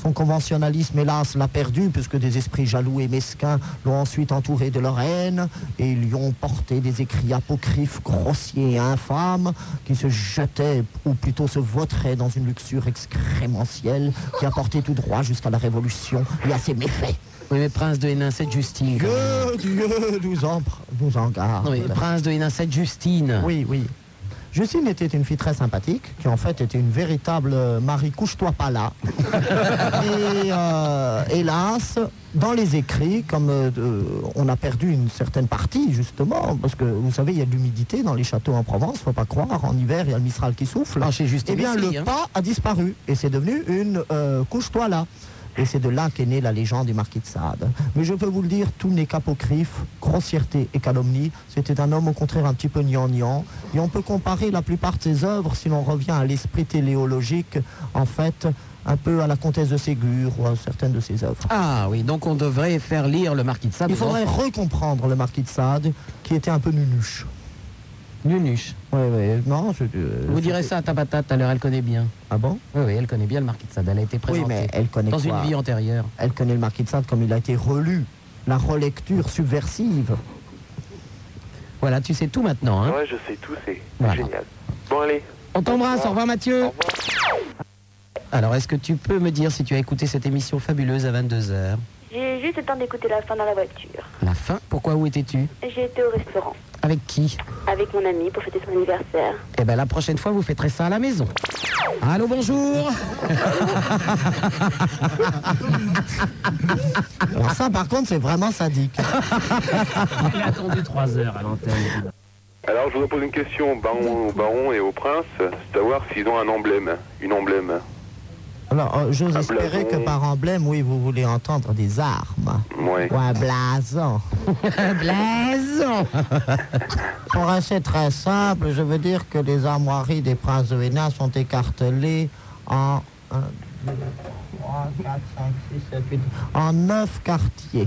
Son conventionnalisme, hélas, l'a perdu, puisque des esprits jaloux et mesquins l'ont ensuite entouré de leur haine, et ils lui ont porté des écrits apocryphes, grossiers et infâmes, qui se jetaient, ou plutôt se vautraient dans une luxure excrémentielle, qui a porté tout droit jusqu'à la Révolution et à ses méfaits.
Oui, mais prince de Hénin, c'est Justine. quand même.
Que Dieu nous en, pr- nous en garde.
Non, mais prince de Hénin, c'est Justine.
Oui, oui. Justine était une fille très sympathique, qui en fait était une véritable euh, Marie couche-toi pas là. et euh, hélas, dans les écrits, comme euh, de- on a perdu une certaine partie justement, parce que vous savez, il y a de l'humidité dans les châteaux en Provence, faut pas croire, en hiver, il y a le mistral qui souffle.
Ah, chez Justine
Eh bien,
aussi,
le
hein.
pas a disparu et c'est devenu une euh, couche-toi là. Et c'est de là qu'est née la légende du marquis de Sade. Mais je peux vous le dire, tout n'est qu'apocryphe, grossièreté et calomnie. C'était un homme au contraire un petit peu gnangnan. Et on peut comparer la plupart de ses œuvres, si l'on revient à l'esprit téléologique, en fait, un peu à la comtesse de Ségur ou à certaines de ses œuvres.
Ah oui, donc on devrait faire lire le marquis de Sade.
Il
aux
faudrait
enfants.
recomprendre le marquis de Sade, qui était un peu nunuche.
Nunuche.
Oui, oui, non, je... euh,
Vous direz ça à ta patate, tout à l'heure, elle connaît bien.
Ah bon
Oui, oui, elle connaît bien le marquis de Sade. Elle a été
Oui,
présentée
mais elle connaît
dans
quoi
une vie antérieure.
Elle connaît le marquis de Sade comme il a été relu. La relecture subversive.
Voilà, tu sais tout maintenant. Hein.
Ouais, je sais tout, c'est
Voilà.
génial. Bon, allez.
On t'embrasse, au revoir
Au
Mathieu.
revoir.
Alors, est-ce que tu peux me dire si tu as écouté cette émission fabuleuse à 22h
J'ai juste le temps d'écouter la fin dans la voiture.
La fin Pourquoi Où étais-tu
J'ai été au restaurant
Avec qui
avec mon ami pour fêter son anniversaire.
Eh bien, la prochaine fois, vous fêterez ça à la maison. Allô, bonjour
Alors ça, par contre, c'est vraiment sadique.
Il a attendu 3 heures à l'antenne.
Alors, je voudrais poser une question au baron, au baron et au prince, savoir s'ils ont un emblème, une emblème.
Alors, euh, j'ose
Un
espérer que
blason.
par emblème, oui, vous voulez entendre des armes.
Ouais.
Ou un blason.
Blaison
Pour rester très simple, je veux dire que les armoiries des princes de Hénin sont écartelées en... un, deux, trois, quatre, cinq, six, sept, huit, En neuf quartiers.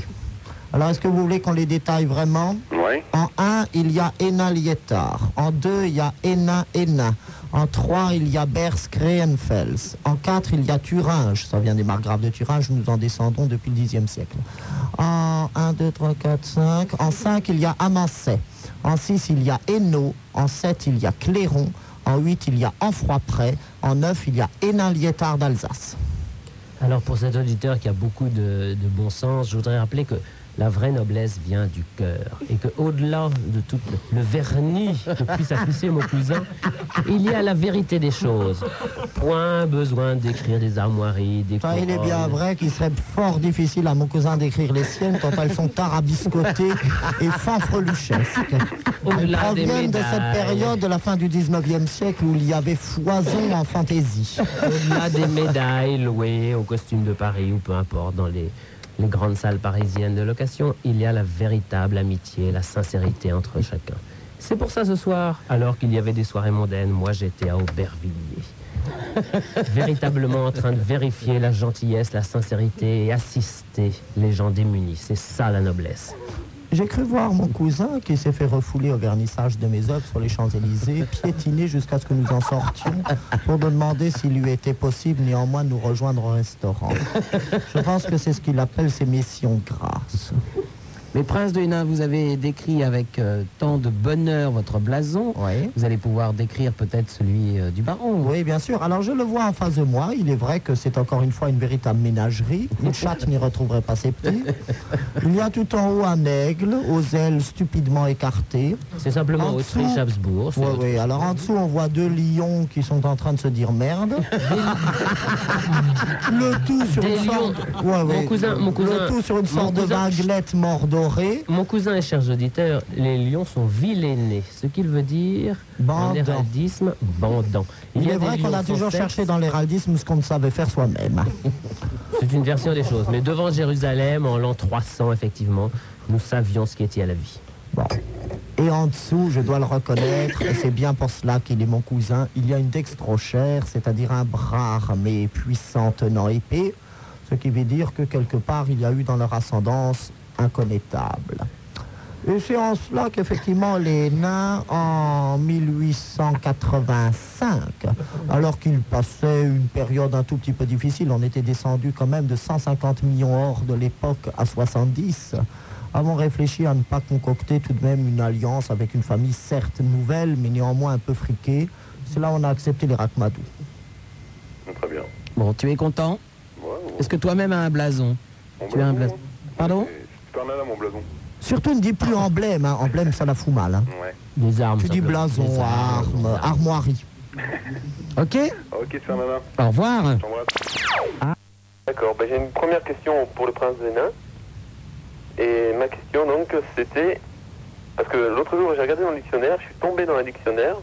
Alors, est-ce que vous voulez qu'on les détaille vraiment
Ouais.
En 1, il y a Hénin Liétard. En 2, il y a Hénin Hénin. En 3, il y a Bersk Reenfels. En 4, il y a Thuringe. Ça vient des margraves de Thuringe, nous en descendons depuis le Xe siècle. En 1, 2, 3, 4, 5. En 5, il y a Amancet. En 6, il y a Hainaut. En 7, il y a Cléron. En 8, il y a Enfroid-Près. En 9, il y a Hénin Liétard d'Alsace.
Alors pour cet auditeur qui a beaucoup de, de bon sens, je voudrais rappeler que la vraie noblesse vient du cœur et que au-delà de tout le vernis que puisse appuyer mon cousin, il y a la vérité des choses. Point besoin d'écrire des armoiries, des
Ça, il est bien
couronnes.
vrai qu'il serait fort difficile à mon cousin d'écrire les siennes quand elles sont arabiscotées et fanfreluchesques. Elles
Au-delà des
proviennent de cette
médailles.
période de la fin du 19e siècle où il y avait foison en fantaisie.
Au-delà des médailles louées aux costumes de Paris ou peu importe dans les, les grandes salles parisiennes de location, il y a la véritable amitié, la sincérité entre chacun. C'est pour ça ce soir, alors qu'il y avait des soirées mondaines, moi j'étais à Aubervilliers. Véritablement en train de vérifier la gentillesse, la sincérité et assister les gens démunis. C'est ça la noblesse.
J'ai cru voir mon cousin qui s'est fait refouler au vernissage de mes œuvres sur les Champs-Élysées, piétiner jusqu'à ce que nous en sortions pour me demander s'il lui était possible néanmoins de nous rejoindre au restaurant. Je pense que c'est ce qu'il appelle ses missions grasses.
Mais Prince de Hénin, vous avez décrit avec euh, tant de bonheur votre blason. Vous allez pouvoir décrire peut-être celui euh, du baron.
Ah, oh, Oui, bien sûr. Alors je le vois en face de moi. Il est vrai que c'est encore une fois une véritable ménagerie. Le chat n'y retrouverait pas ses petits. Il y a tout en haut un aigle aux ailes stupidement écartées.
C'est simplement
En dessous-
Autriche, Habsbourg. c'est
Oui,
autre-
oui. Alors en dessous, on voit deux lions qui sont en train de se dire merde. le tout sur
Des
une sorte,
lions.
Ouais,
Mon
ouais.
cousin- mon cousin-
le tout sur une
mon
sorte de
cousin-
vinglette mordorée.
Mon cousin et chers auditeurs, les lions sont vilainés, ce qu'il veut dire, en
Bandant.
héraldisme, bandant.
Il,
y
est
des
vrai qu'on
lions
a
sans
toujours
sexe,
cherché dans l'héraldisme ce qu'on ne savait faire soi-même.
C'est une version des choses, mais devant Jérusalem, en l'an 300, effectivement, nous savions ce qui était à la vie.
Et en dessous, je dois le reconnaître, et c'est bien pour cela qu'il est mon cousin, il y a une dextrochère, c'est-à-dire un bras armé et puissant tenant épée, ce qui veut dire que quelque part il y a eu dans leur ascendance un connétable. Et c'est en cela qu'effectivement les nains en 1885, alors qu'ils passaient une période un tout petit peu difficile, on était descendu quand même de 150 millions hors de l'époque à 70, avons réfléchi à ne pas concocter tout de même une alliance avec une famille certes nouvelle, mais néanmoins un peu friquée. C'est là où on a accepté les Rachmadou.
Très bien.
Bon, tu es content Est-ce que toi-même as un blason
Mon
Tu as un
blason,
blason. Pardon
C'est par là, là, mon blason.
Surtout ne dis plus emblème, hein. emblème ça la fout mal. hein.
Ouais.
Des armes.
Tu dis
simplement. Des
blason,
armes,
arme,
des armes.
armoirie.
Ok
Ok, super nana.
Au revoir.
T'embrasse.
Ah. D'accord, ben, j'ai une première question pour le prince des nains. Et ma question donc c'était. Parce que l'autre jour j'ai regardé dans le dictionnaire, je suis tombé dans un dictionnaire,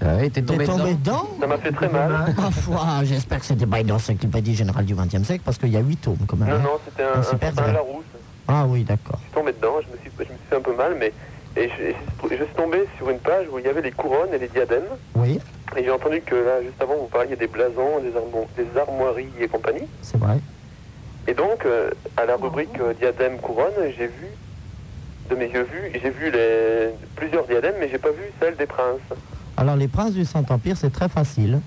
Ah oui, t'es tombé,
T'es tombé
dedans.
dedans
ça m'a fait très mal.
Ma foi, Bah, ah, j'espère que c'était pas une encyclopédie générale du XXe siècle parce qu'il y a huit tomes quand même.
Non,
hein.
non, c'était
On
un,
s'y
un,
perd,
certain
hein.
Larousse.
Ah oui, d'accord.
Je suis tombé dedans, je me suis, je me suis fait un peu mal, mais et je, je- je suis tombé sur une page où il y avait les couronnes et les diadèmes.
Oui,
Et j'ai entendu que là, juste avant, vous parliez des blasons, des, armo- des armoiries et compagnie.
c'est vrai.
Et donc, euh, à la rubrique euh, diadème couronne, j'ai vu, de mes yeux vus, j'ai vu les, plusieurs diadèmes, mais j'ai pas vu celle des princes.
Alors les princes du Saint-Empire, c'est très facile.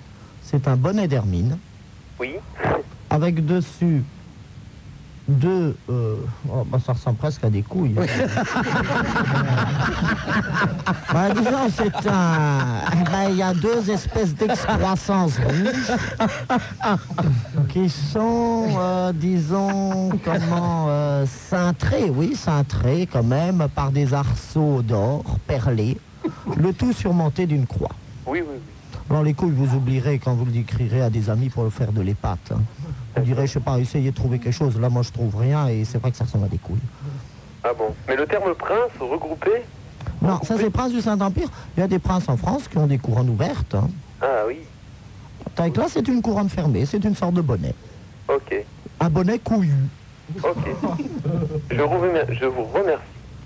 C'est un bonnet d'hermine
Oui.
avec dessus deux... euh, oh, bah, ça ressemble presque à des couilles. Bah, disons, c'est un... eh ben, Il y a deux espèces d'excroissances rouges qui sont, euh, disons, comment, euh, cintrées, oui, cintrées quand même, par des arceaux d'or perlés, le tout surmonté d'une croix.
Oui, oui, oui.
Bon, les couilles, vous oublierez quand vous le décrirez à des amis pour le faire de les pattes. hein. Vous direz, je sais pas, essayez de trouver quelque chose. Là, moi, je trouve rien et c'est vrai que ça ressemble à des couilles.
Ah bon. Mais le terme prince regroupé
Non, ça, c'est prince du Saint-Empire. Il y a des princes en France qui ont des couronnes ouvertes. hein.
Ah oui,
Tandis que là, c'est une couronne fermée, c'est une sorte de bonnet.
ok.
Un bonnet couillu,
Ok. je, vous remer- je vous remercie.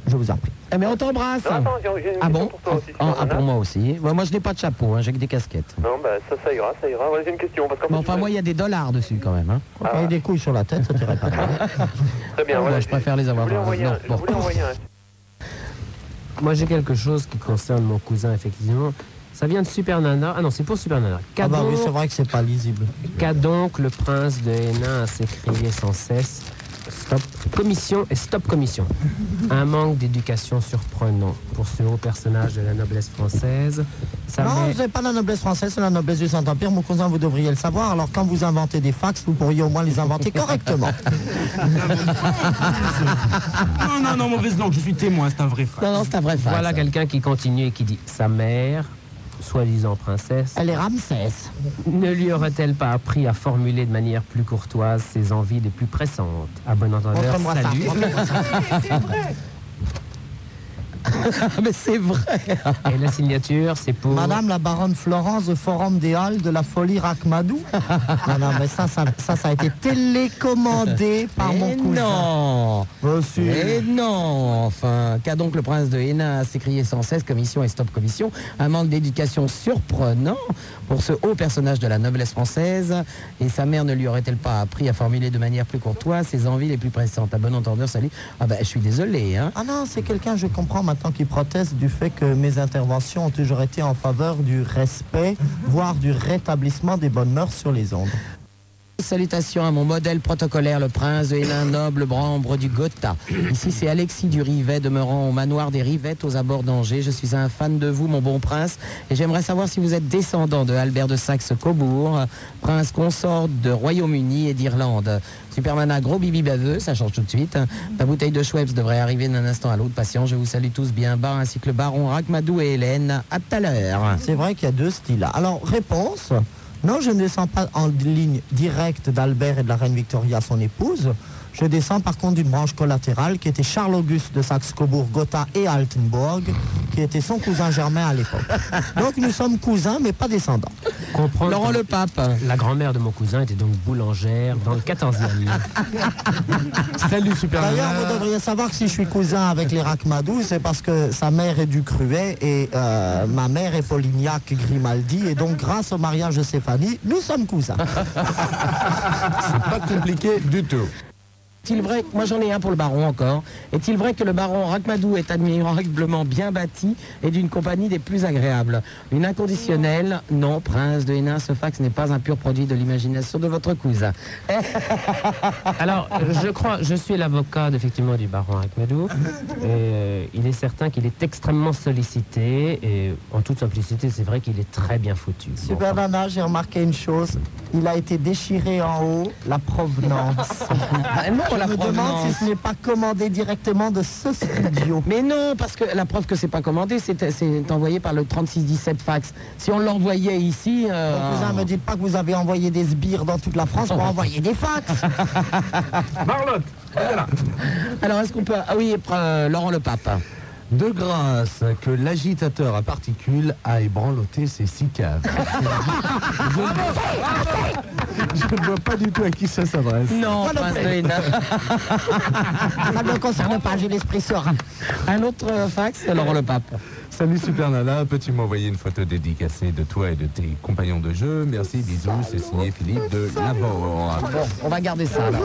je vous en prie.
Eh mais on t'embrasse.
Non, attends, j'ai j'ai une
Ah
question
bon
pour toi aussi.
Ah, ah,
Superman.
pour moi aussi. Moi, moi, je n'ai pas de chapeau, hein, j'ai que des casquettes.
Non, bah ça, ça ira, ça ira. Ouais, j'ai une question. Parce qu'en
Bon,
fait, je
enfin, moi, il y a des dollars dessus quand même. hein.
Quand il y a des couilles sur la tête, ça tirait pas mal.
voulais- Ah. Très bien,
Moi,
voilà.
je préfère les
Je
avoir
voulais
dans
envoyer
non,
un. Je
bon.
voulais envoyer un.
Moi, j'ai quelque chose qui concerne mon cousin, effectivement. Ça vient de Super Nana. Ah non, c'est pour Super Nana.
Ah bah
Cadon-
oui, c'est vrai que c'est pas lisible.
Qu'a donc le prince de Hénin à s'écrier sans cesse Stop commission et stop commission. Un manque d'éducation surprenant pour ce haut personnage de la noblesse française. Ça
non,
met-
c'est pas la noblesse française, c'est la noblesse du Saint-Empire. Mon cousin, vous devriez le savoir. Alors, quand vous inventez des fax, vous pourriez au moins les inventer correctement.
Non, non, non, mauvaise langue, je suis témoin, c'est un vrai frère.
Non, non, c'est un vrai fax.
voilà quelqu'un qui continue et qui dit sa mère, soi-disant princesse,
Elle est Ramsès.
ne lui aurait-elle pas appris à formuler de manière plus courtoise ses envies les plus pressantes À bon entendeur,
Montre-moi ça.
salut.
montre-moi ça.
Mais c'est vrai.
Et la signature, c'est pour
Madame la baronne Florence, de Forum des Halles de la folie Rachmadou. Ah non, non, mais ça, ça, ça, ça a été télécommandé par mon
Mais
cousin. Oh.
non
Monsieur.
Mais Eh non Enfin, qu'a donc le prince de Hénin à s'écrier sans cesse commission et stop commission Un manque d'éducation surprenant pour ce haut personnage de la noblesse française. Et sa mère ne lui aurait-elle pas appris à formuler de manière plus courtoise ses envies les plus pressantes À bon entendeur, salut. Ah ben, je suis désolé, hein.
Ah non, c'est quelqu'un, je comprends maintenant, qui proteste du fait que mes interventions ont toujours été en faveur du respect, voire du rétablissement des bonnes mœurs sur les ondes.
salutations à mon modèle protocolaire, le prince de Hénin, noble brambre du Gotha. Ici, c'est Alexis du Rivet, demeurant au manoir des Rivettes aux abords d'Angers. Je suis un fan de vous, mon bon prince, et j'aimerais savoir si vous êtes descendant de Albert de Saxe-Cobourg, euh, prince consort de Royaume-Uni et d'Irlande. Superman a gros bibi baveux, ça change tout de suite. Ta bouteille de Schweppes devrait arriver d'un instant à l'autre. Patient, je vous salue tous bien bas, ainsi que le baron Rachmadou et Hélène. À tout à l'heure.
C'est vrai qu'il y a deux styles. Alors, réponse, non, je ne descends pas en ligne directe d'Albert et de la reine Victoria, son épouse. Je descends par contre d'une branche collatérale qui était Charles-Auguste de Saxe-Cobourg, Gotha et Altenburg, qui était son cousin germain à l'époque. Donc nous sommes cousins, mais pas descendants.
Comprendre
Laurent
que
le Pape.
La grand-mère de mon cousin était donc boulangère dans le 14e.
Salut
Superman.
D'ailleurs, vous devriez savoir que si je suis cousin avec les Rachmadou, c'est parce que sa mère est du Cruet et euh, ma mère est Polignac Grimaldi. Et donc, grâce au mariage de Stéphanie, nous sommes cousins.
C'est pas compliqué du tout. Est-il vrai, moi j'en ai un pour le baron encore, est-il vrai que le baron Rachmadou est admirablement bien bâti et d'une compagnie des plus agréables Une inconditionnelle, non, prince de Hénin, ce fax n'est pas un pur produit de l'imagination de votre cousin.
Alors, je crois, je suis l'avocat effectivement du baron Akhmedou. Et, euh, il est certain qu'il est extrêmement sollicité et en toute simplicité, c'est vrai qu'il est très bien foutu. Bon,
Super Nana, j'ai remarqué une chose. Il a été déchiré en haut, la provenance.
non,
Je
la
me demande si
provenance.
ce n'est pas commandé directement de ce studio.
Mais non, parce que la preuve que c'est pas commandé, c'est c'est envoyé par le 3617 fax. Si on l'envoyait ici... euh,
Mon cousin, me dites pas que vous avez envoyé des sbires dans toute la France pour envoyer des fax.
Marlotte,
Alors est-ce qu'on peut... Ah oui, euh, Laurent le Pape.
De grâce que l'agitateur à particules a ébranloté ses six caves. Je ne vois pas du tout à qui ça s'adresse.
Non,
Moi non
prince
plus.
de Hénin.
Ça ne me concerne pas, j'ai l'esprit serein.
Un autre euh, fax, Laurent le Pape.
Salut Super Nana, peux-tu m'envoyer une photo dédicacée de toi et de tes compagnons de jeu Merci, bisous, c'est signé Philippe de Lavore.
Ah Bon, on va garder ça alors.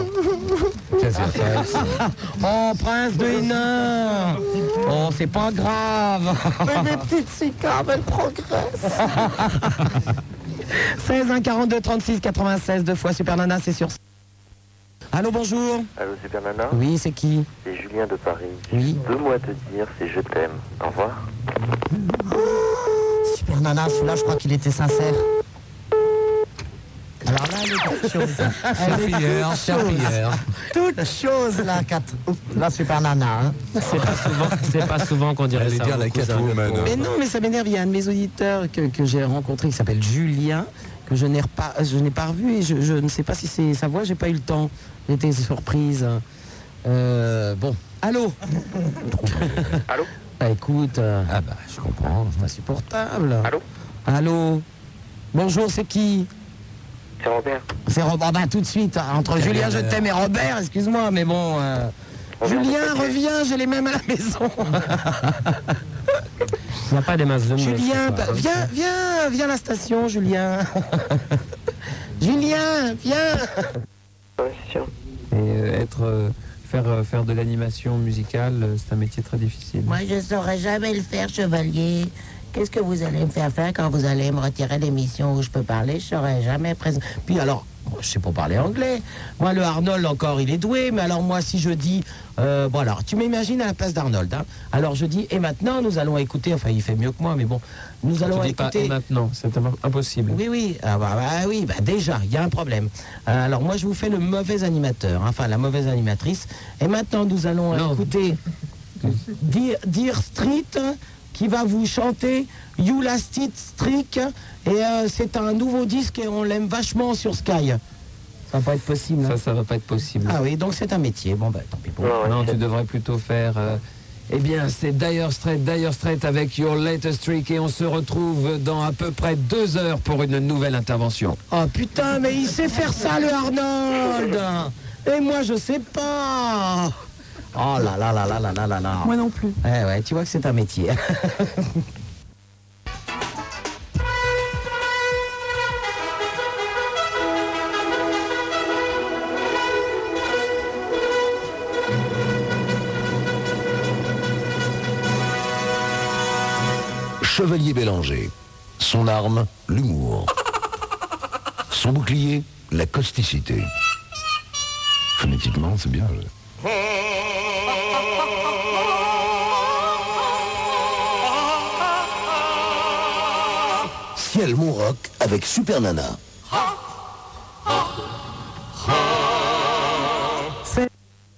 Casier fax.
Oh, prince de Hénin Oh, c'est pas grave
Mais mes petites cicaves, elles progressent.
16 1 42 36 96, deux fois Super Nana, c'est sûr. Allô, bonjour
Allô, Super Nana
Oui, c'est qui
C'est Julien de Paris. J'ai deux mots à te dire, c'est je t'aime. Au revoir.
Super Nana, celui-là, je crois qu'il était sincère. Alors là, elle est toute chose. Elle est
Serpillière,
toute
serpillière.
chose. Toute chose, la, quatre... la Super Nana. hein.
C'est pas souvent, c'est pas souvent qu'on dirait
J'allais
ça.
dire
à
la
mon cousin.
Catwoman.
Mais non, mais ça m'énerve, il y a un de mes auditeurs que, que j'ai rencontré qui s'appelle Julien, que je n'ai pas, je n'ai pas revu et je, je ne sais pas si c'est sa voix, j'ai pas eu le temps. J'étais surprise. Euh, bon, allô
Allô
Bah écoute, euh,
Ah bah, je comprends.
c'est insupportable.
Allô
Allô Bonjour, c'est qui
C'est Robert.
C'est Robert, bah tout de suite, hein, entre Julien, je t'aime et Robert, excuse-moi, mais bon... euh,
Robert,
Julien,
c'est pas
reviens, j'ai les mêmes à la maison.
Il n'y a pas des masses de moules
Julien,
ce soir,
bah,
hein.
viens, viens, viens à la station, Julien. Julien, viens.
Et euh, être, euh, faire, euh, faire de l'animation musicale, euh, c'est un métier très difficile.
Moi, je ne saurais jamais le faire, chevalier. Qu'est-ce que vous allez me faire faire quand vous allez me retirer l'émission où je peux parler Je ne saurais jamais présent.
Puis alors, moi, je sais pas parler anglais. Moi, le Arnold, encore, il est doué. Mais alors, moi, si je dis... euh, bon, alors, tu m'imagines à la place d'Arnold. hein. Alors, je dis, et maintenant, nous allons écouter... Enfin, il fait mieux que moi, mais bon. Nous allons
Je dis pas
écouter...
et maintenant, c'est im- impossible.
Oui, oui, ah, bah, bah, oui, bah, déjà, il y a un problème. Euh, alors, moi, je vous fais le mauvais animateur, hein, enfin, la mauvaise animatrice. Et maintenant, nous allons
Non.
écouter Dear, Dear Street hein, qui va vous chanter You Last It Streak. Et euh, c'est un nouveau disque et on l'aime vachement sur Sky. Ça va pas être possible. hein.
Ça, ça va pas être possible.
Ah oui, donc c'est un métier. Bon, bah, tant pis pour moi.
non, tu devrais plutôt faire. euh, eh bien, c'est Dire Straits, Dire Straits avec Your Latest Trick et on se retrouve dans à peu près deux heures pour une nouvelle intervention.
Oh putain, mais il sait faire ça, le Arnold Et moi, je sais pas Oh là là là là là là là là Moi non plus. Ouais, ouais, tu vois que c'est un métier.
Chevalier Bélanger. Son arme, l'humour. Son bouclier, La causticité. Phonétiquement, c'est bien. là. Ciel mon rock avec Super Nana.
C'est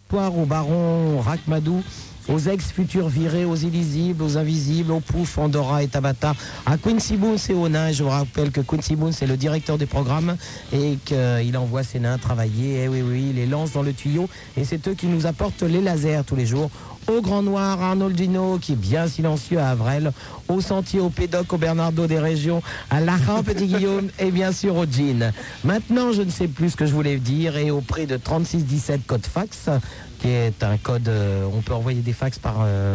Poire aux barons, aux Rachmadou, aux ex-futurs virés, aux illisibles, aux invisibles, aux poufs, Andorra et Tabata, à Quincy Boone et aux nains. Je vous rappelle que Quincy Boone, c'est le directeur des programmes et qu'il envoie ses nains travailler. Eh oui, oui, il les lance dans le tuyau et c'est eux qui nous apportent les lasers tous les jours. Au Grand Noir, à Arnoldino, qui est bien silencieux à Avrel, au Sentier, au Pédoc, au Bernardo des Régions, à Larin, Petit Guillaume et bien sûr au Jean. Maintenant, je ne sais plus ce que je voulais dire et au prix de 3617 code fax, qui est un code, euh, on peut envoyer des fax par euh,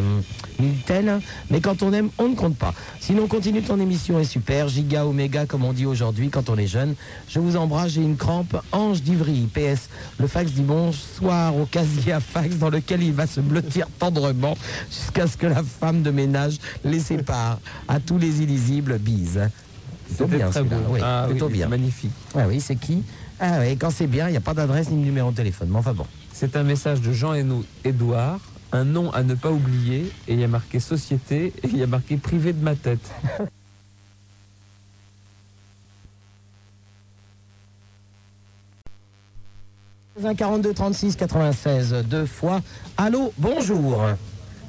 Minitel, mais quand on aime, on ne compte pas. Sinon, continue ton émission est super, giga, oméga, comme on dit aujourd'hui quand on est jeune. Je vous embrasse, j'ai une crampe, Ange d'Ivry, PS. Le fax dit bonsoir au casier à fax dans lequel il va se blottir tendrement jusqu'à ce que la femme de ménage les sépare. À tous les illisibles, bise. Plutôt
C'était
bien,
très
celui-là,
beau.
oui,
Ah
plutôt
oui,
bien. Magnifique. oui, c'est qui Ah oui, quand c'est bien, il n'y a pas d'adresse ni de numéro de téléphone. Mais enfin bon.
C'est un message de Jean-Édouard, un nom à ne pas oublier, et il y a marqué société, et il y a marqué privé de ma tête.
Un 42 36 96 deux fois. Allô, bonjour.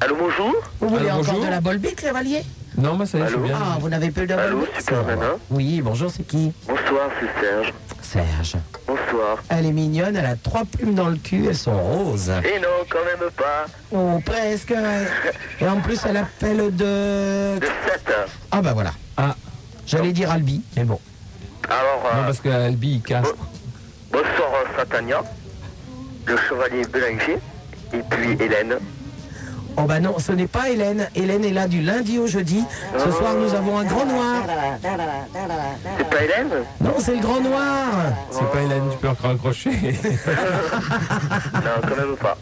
Allô, bonjour
Vous voulez
Allô,
encore
bonjour
de la bolbic, Chevalier
Non, bah
ça y est, je suis Allô bien. Ah, vous n'avez plus de
Allô,
Bolbec,
super
ça va.
nana
Oui, bonjour, c'est qui
Bonsoir, c'est Serge.
Serge.
Bonsoir.
Elle est mignonne, elle a trois plumes dans le cul, elles sont roses.
Et non, quand même pas.
Oh, presque. Et en plus, elle appelle de... Ah bah voilà. J'allais dire Albi, mais bon.
Alors, euh,
parce que Albi, il casse.
bonsoir euh, Satania, le chevalier Bélanger, et puis Hélène.
Oh bah non, ce n'est pas Hélène. Hélène est là du lundi au jeudi. Ce soir, nous avons un grand noir.
C'est pas Hélène
Non, c'est le grand noir.
C'est pas Hélène, tu peux raccrocher.
Non, quand même pas.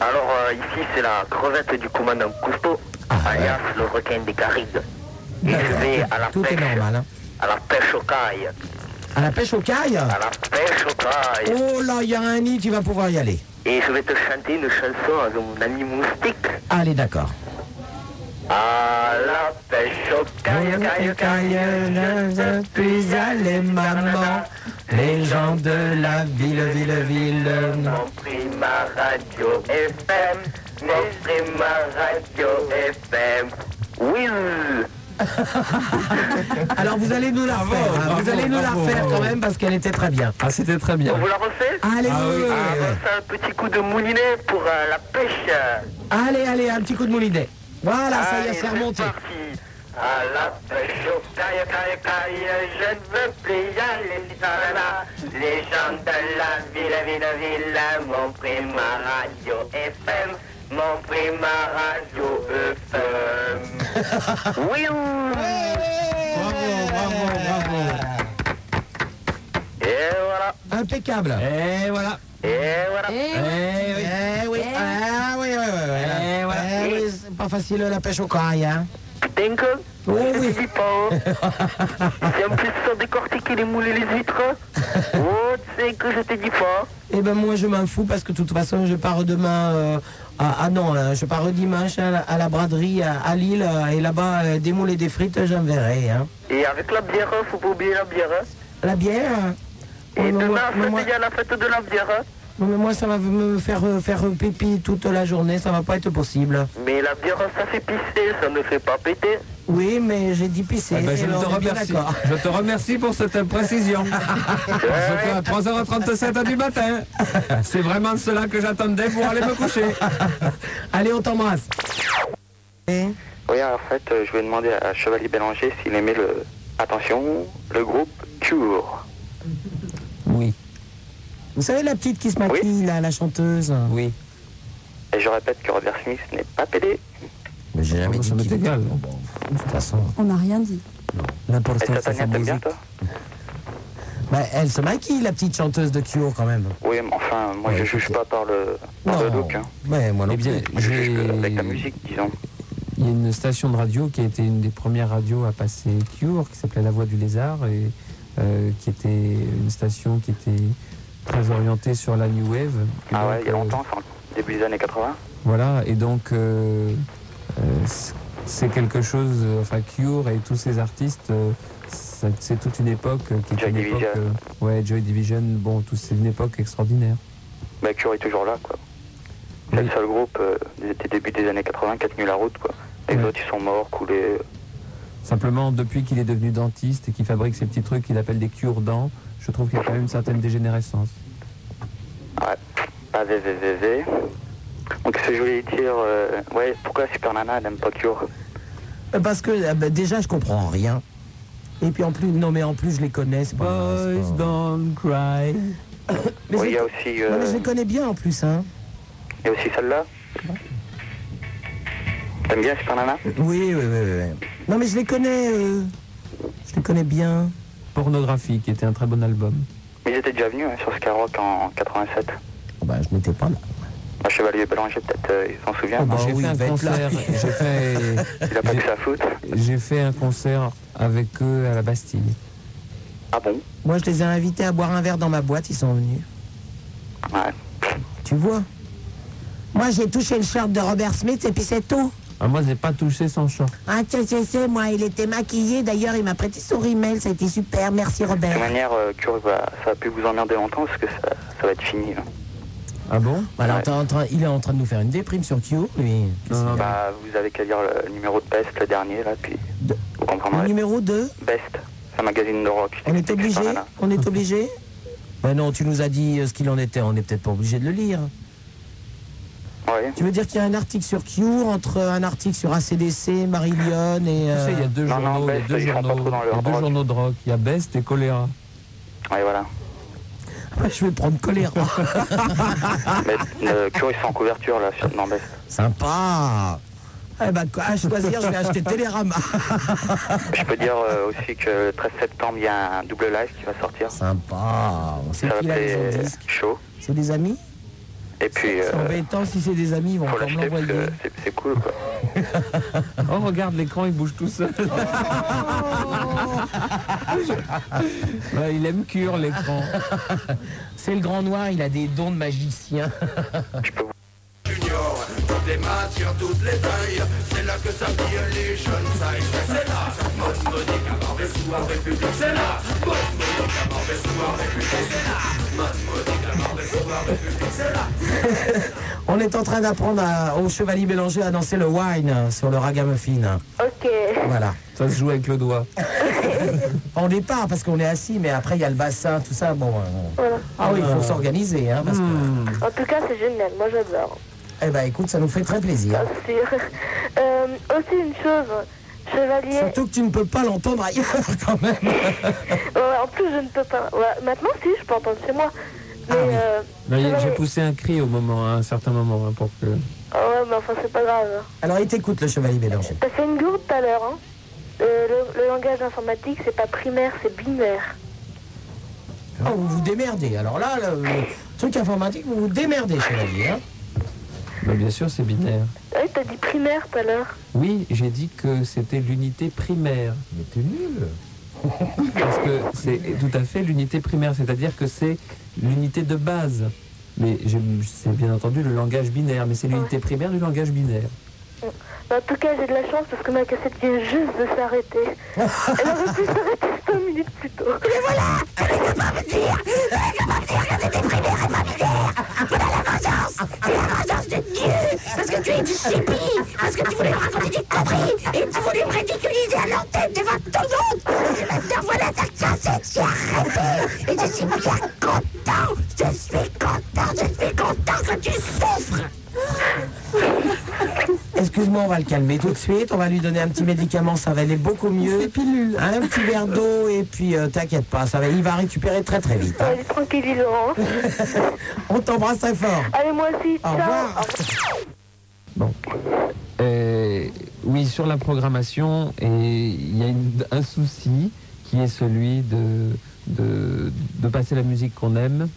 Alors, euh, ici, c'est la crevette du commandant Cousteau, alias le requin des Carides. Et je vais à
Ah,
la,
Bah, Tout est normal. hein.
à la pêche aux cailles.
À la pêche aux cailles
À la pêche aux cailles.
Oh là, il y a un nid, tu vas pouvoir y aller.
Et je vais te chanter une chanson avec mon ami moustique.
Allez, d'accord.
À la pêche aux cailles, cailles, cailles,
je ne puis aller, maman. Les gens de la ville, ville, ville.
Mon prix, ma radio FM, mon prix, ma radio FM. Oui.
Alors, vous allez nous la refaire. hein. vous allez nous la refaire quand même parce qu'elle était très bien.
Ah, c'était très bien.
On vous la refait
Allez, Ah oui, oui, oui,
Ah,
oui.
on va faire un petit coup de moulinet pour euh, la pêche.
Allez, allez, un petit coup de moulinet. Voilà, Ah, ça y est,
Allez,
c'est remonté.
Ah, parti. Ah, ben, À la pêche aux cailles, cailles, cailles, je ne veux plus y aller. nanana. Les gens de la ville, ville, ville, mon prix, ma radio FM, mon prix, ma radio FM. oui,
Impeccable. Et voilà.
Et voilà.
Eh oui. Eh oui. Ah oui, oui, oui, oui. Eh oui, c'est pas facile la pêche aux cailles. Hein.
Dingue.
Oui, oui.
dis pas, hein. Si en plus sans décortiquer les moules et les huîtres, oh, tu sais que je te dis pas.
Eh ben moi je m'en fous parce que de toute façon je pars demain euh, à, ah non là, je pars dimanche à la, à la braderie à, à Lille euh, et là-bas euh, des moules et des frites j'enverrai. Hein.
Et avec la bière, hein, faut pas oublier la bière. hein.
La bière hein
Et
Oh, mais moi-
demain,
mais moi-
il y a la fête de la bière. hein.
non, mais moi ça va me faire euh, faire euh, pipi toute la journée, ça va pas être possible.
Mais la bière,
Ah,
ça fait pisser, ça ne fait pas péter.
Oui mais j'ai dit pisser.
Ah bah,
et
je,
là,
te
on est bien
remercie.
d'accord.
je te remercie pour cette précision. Parce que à 3h37 du matin, c'est vraiment cela que j'attendais pour aller me coucher.
Allez, on t'embrasse.
Oui, alors, en fait, euh, je vais demander à Chevalier Bélanger s'il aimait le. Attention, le groupe Cure.
Vous savez la petite qui se maquille là, la chanteuse
Oui.
Et je répète que Robert Smith n'est pas pédé.
Mais j'ai jamais dit qu'il était. De toute façon.
On n'a rien dit.
L'important,
Et Satania, t'aimes bien, toi
Bah, elle se maquille, la petite chanteuse de Cure, quand même.
Oui, mais enfin, moi, je juge pas par le, par le look. hein.
Mais moi non
eh bien, j'ai-
Avec la musique, disons. Ah
Il y a une station de radio qui a été une des premières radios à passer Cure, qui s'appelait La Voix du Lézard, et
euh, qui était une station qui était très orientée sur la New Wave. Et
Ah
donc,
ouais, il y
euh,
a longtemps, enfin, début des années 80.
Voilà, et donc euh, euh, c- c'est quelque chose, euh, enfin Cure et tous ces artistes, euh, ça- c'est toute une époque euh, qui est
Joy
une
Division.
époque, euh, ouais, Joy Division, bon, tout- c'est une époque extraordinaire.
Bah, Cure est toujours là, quoi. C'est le seul groupe euh, des, des débuts des années 80 qui a tenu la route, quoi. Les autres, ils sont morts, coulés.
Simplement, depuis qu'il est devenu dentiste et qu'il fabrique ces petits trucs qu'il appelle des cure-dents, je trouve qu'il y a quand même une certaine dégénérescence.
Ah, VVVV. Donc, ce joli dire, euh, ouais, pourquoi Super Nana elle n'aime pas Cure
Euh, Parce que euh, bah, déjà, je comprends rien. Et puis en plus, non mais en plus, je les connais. c'est pas- c'est pas-
Don't cry.
Mais
Ouais,
je-
Il y a
Non,
aussi,
mais
euh,
je les connais bien en plus. Hein.
il y a aussi celle-là. T'aimes bien Super Nana
Oui, oui, oui, oui. Non mais je les connais. euh, Je les connais bien.
Pornographie, qui était un très bon album.
Mais ils étaient déjà venus hein, sur Skyrock en 87.
Bah, je n'étais pas là.
Un chevalier Bélanger, peut-être, euh, il s'en souvient.
Ah bah j'ai fait un concert, j'ai fait,
Il a pas que ça à foutre.
j'ai fait un concert avec eux à la Bastille.
Ah bon
Moi, je les ai invités à boire un verre dans ma boîte. Ils sont venus.
Ouais.
Tu vois Moi, j'ai touché le short de Robert Smith et puis c'est tout.
Ah, moi, j'ai pas touché son chant.
Ah, tiens, tiens, tiens, moi, il était maquillé. D'ailleurs, il m'a prêté son rimel. Ça a été super. Merci,
De
Robert.
toute manière, euh, Cure, va- ça va plus vous emmerder longtemps parce que ça, ça va être fini. là.
Ah bon
Alors, t'es en train- il est en train de nous faire une déprime sur Q, lui.
Bah, vous avez qu'à lire le numéro de Best, le dernier, là, puis vous comprendrez.
Le numéro 2
Best, c'est un magazine de rock.
On est obligé
Voilà.
On est obligé Bah non, tu nous as dit euh, ce qu'il en était. On n'est peut-être pas obligé de le lire.
Ouais.
Tu veux dire qu'il y a un article sur Q, entre un article sur ACDC, Marillion et... euh,
Tu sais, il y a deux journaux,
ben,
il y a deux journaux, il y a deux journaux de rock. Il y a Best et Choléra.
Ouais, voilà.
Je vais prendre colère.
Mais euh, Cure, ils sont en couverture, là, sur non, Best.
Sympa Eh ben, quoi, à choisir, je vais acheter Télérama.
Je peux dire euh, aussi que le 13 septembre, il y a un double live qui va sortir.
Sympa On
Ça
sait
va
qui, là, les
appeler
indices
Chaud.
C'est des amis
Et puis,
C'est
euh,
embêtant si c'est des amis, ils vont
faut
encore me
l'acheter parce
l'envoyer.
que c'est- c'est cool, quoi.
Oh, regarde, l'écran, il bouge tout seul.
Oh.
Ouais, il aime cure, l'écran.
C'est le grand noir, il a des dons de magicien.
Junior, toutes les mains sur toutes les tailles, c'est là que ça brille les jeunes sailles. C'est là, mode monique à Barbès ou à République, c'est là, mode monique à Barbès ou à République, c'est là, mode monique à Barbès ou à République, c'est là.
On est en train d'apprendre à- au chevalier Bélanger à danser le wine sur le ragamuffin.
Ok.
Voilà.
Ça se joue avec le doigt.
On départ parce qu'on est assis, mais après il y a le bassin, tout ça. Bon. euh, Ah oui, il faut s'organiser, hein, parce que-
Hmm.
En tout cas, c'est génial. Moi, j'adore.
Eh ben écoute, ça nous fait très plaisir.
Sûr. Euh, aussi une chose, Chevalier.
Surtout que tu ne peux pas l'entendre ailleurs quand même.
Ouais, en plus, je ne peux pas. Ouais, maintenant, si, je peux entendre chez moi.
Ah
Mais. euh,
Là,
Bah,
il- J'ai
Chevalier-
poussé un cri au moment, à un certain moment, hein, pour que.
Ah ouais, mais enfin, c'est pas grave.
Alors il t'écoute le chevalier Bélanger.
T'as fait une gourde tout à l'heure, hein Euh, le, le langage informatique, c'est pas primaire, c'est binaire.
Ah, vous vous démerdez. Alors là, le, le truc informatique, vous vous démerdez, chevalier. hein.
Bah, bien sûr, c'est binaire.
Ouais, Ah t'as dit primaire tout à l'heure.
Oui, j'ai dit que c'était l'unité primaire. Mais t'es nul Parce que c'est tout à fait l'unité primaire, c'est-à-dire que c'est l'unité de base. Mais j'ai- c'est bien entendu le langage binaire, mais c'est l'unité primaire du langage binaire.
Bah, En tout cas, j'ai de la chance parce que ma cassette vient juste de s'arrêter. Elle aurait pu s'arrêter 5 minutes plus tôt. Mais voilà
Parce que tu es du chippie, parce que tu voulais raconter des conneries, et tu voulais me ridiculiser à l'antenne devant tout le monde. Et maintenant voilà ta cassette, j'ai arrêté, et je suis bien content, je suis content, je suis content que tu souffres.
Excuse-moi, on va le calmer tout de suite. On va lui donner un petit médicament, ça va aller beaucoup mieux. Hein, Un petit verre d'eau et puis euh, t'inquiète pas, ça va, il va récupérer très très vite. hein.
Allez, tranquillisant.
On t'embrasse très fort.
Allez, moi aussi.
Au
Ciao.
revoir.
Euh, oui, sur la programmation, et il y a une- un souci qui est celui de, de, de passer la musique qu'on aime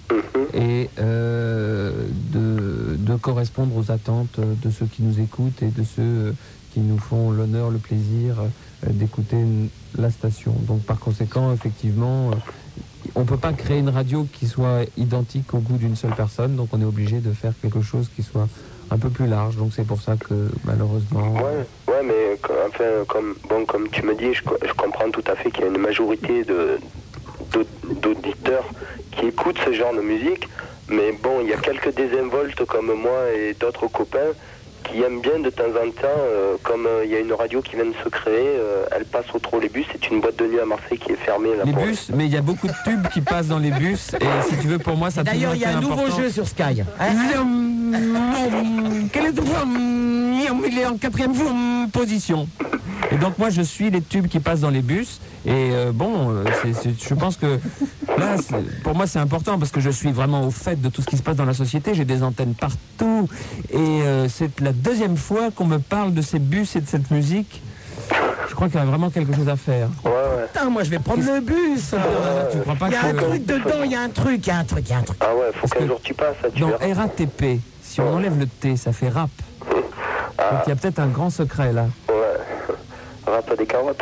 et euh, de, de correspondre aux attentes euh, de ceux qui nous écoutent et de ceux euh, qui nous font l'honneur, le plaisir euh, d'écouter n- la station. Donc par conséquent, effectivement, euh, on ne peut pas créer une radio qui soit identique au goût d'une seule personne, donc on est obligé de faire quelque chose qui soit un peu plus large. Donc c'est pour ça que malheureusement...
Ouais, ouais, mais co- enfin, comme, bon, comme tu me dis, je, co- je comprends tout à fait qu'il y a une majorité de, d'aud- d'auditeurs qui écoutent ce genre de musique, mais bon, il y a quelques désinvoltes comme moi et d'autres copains qui aiment bien de temps en temps, euh, comme euh, il y a une radio qui vient de se créer, euh, elle passe au trolleybus, c'est une boîte de nuit à Marseille qui est fermée là
Les
pour-
bus, mais il y a beaucoup de tubes qui passent dans les bus. Et si tu veux, pour moi, ça a
D'ailleurs,
toujours
il y a
été
un nouveau
important.
jeu sur Sky. hein.
Quel est ton point Il est en quatrième position. Et donc moi je suis les tubes qui passent dans les bus et euh, bon euh, c'est- c'est- je pense que là c'est- pour moi c'est important parce que je suis vraiment au fait de tout ce qui se passe dans la société j'ai des antennes partout et euh, c'est la deuxième fois qu'on me parle de ces bus et de cette musique je crois qu'il y a vraiment quelque chose à faire
Putain, moi je vais prendre le bus. bah,
tu crois pas
Il y a un
que-
truc dedans, il y a un truc, il y a un truc, il y a un truc.
Ah ouais, faut qu'un jour tu passes, là, tu
Dans
verras.
RATP, si on enlève le T, ça fait rap. Donc il y a peut-être un grand secret là.
Rap des carottes.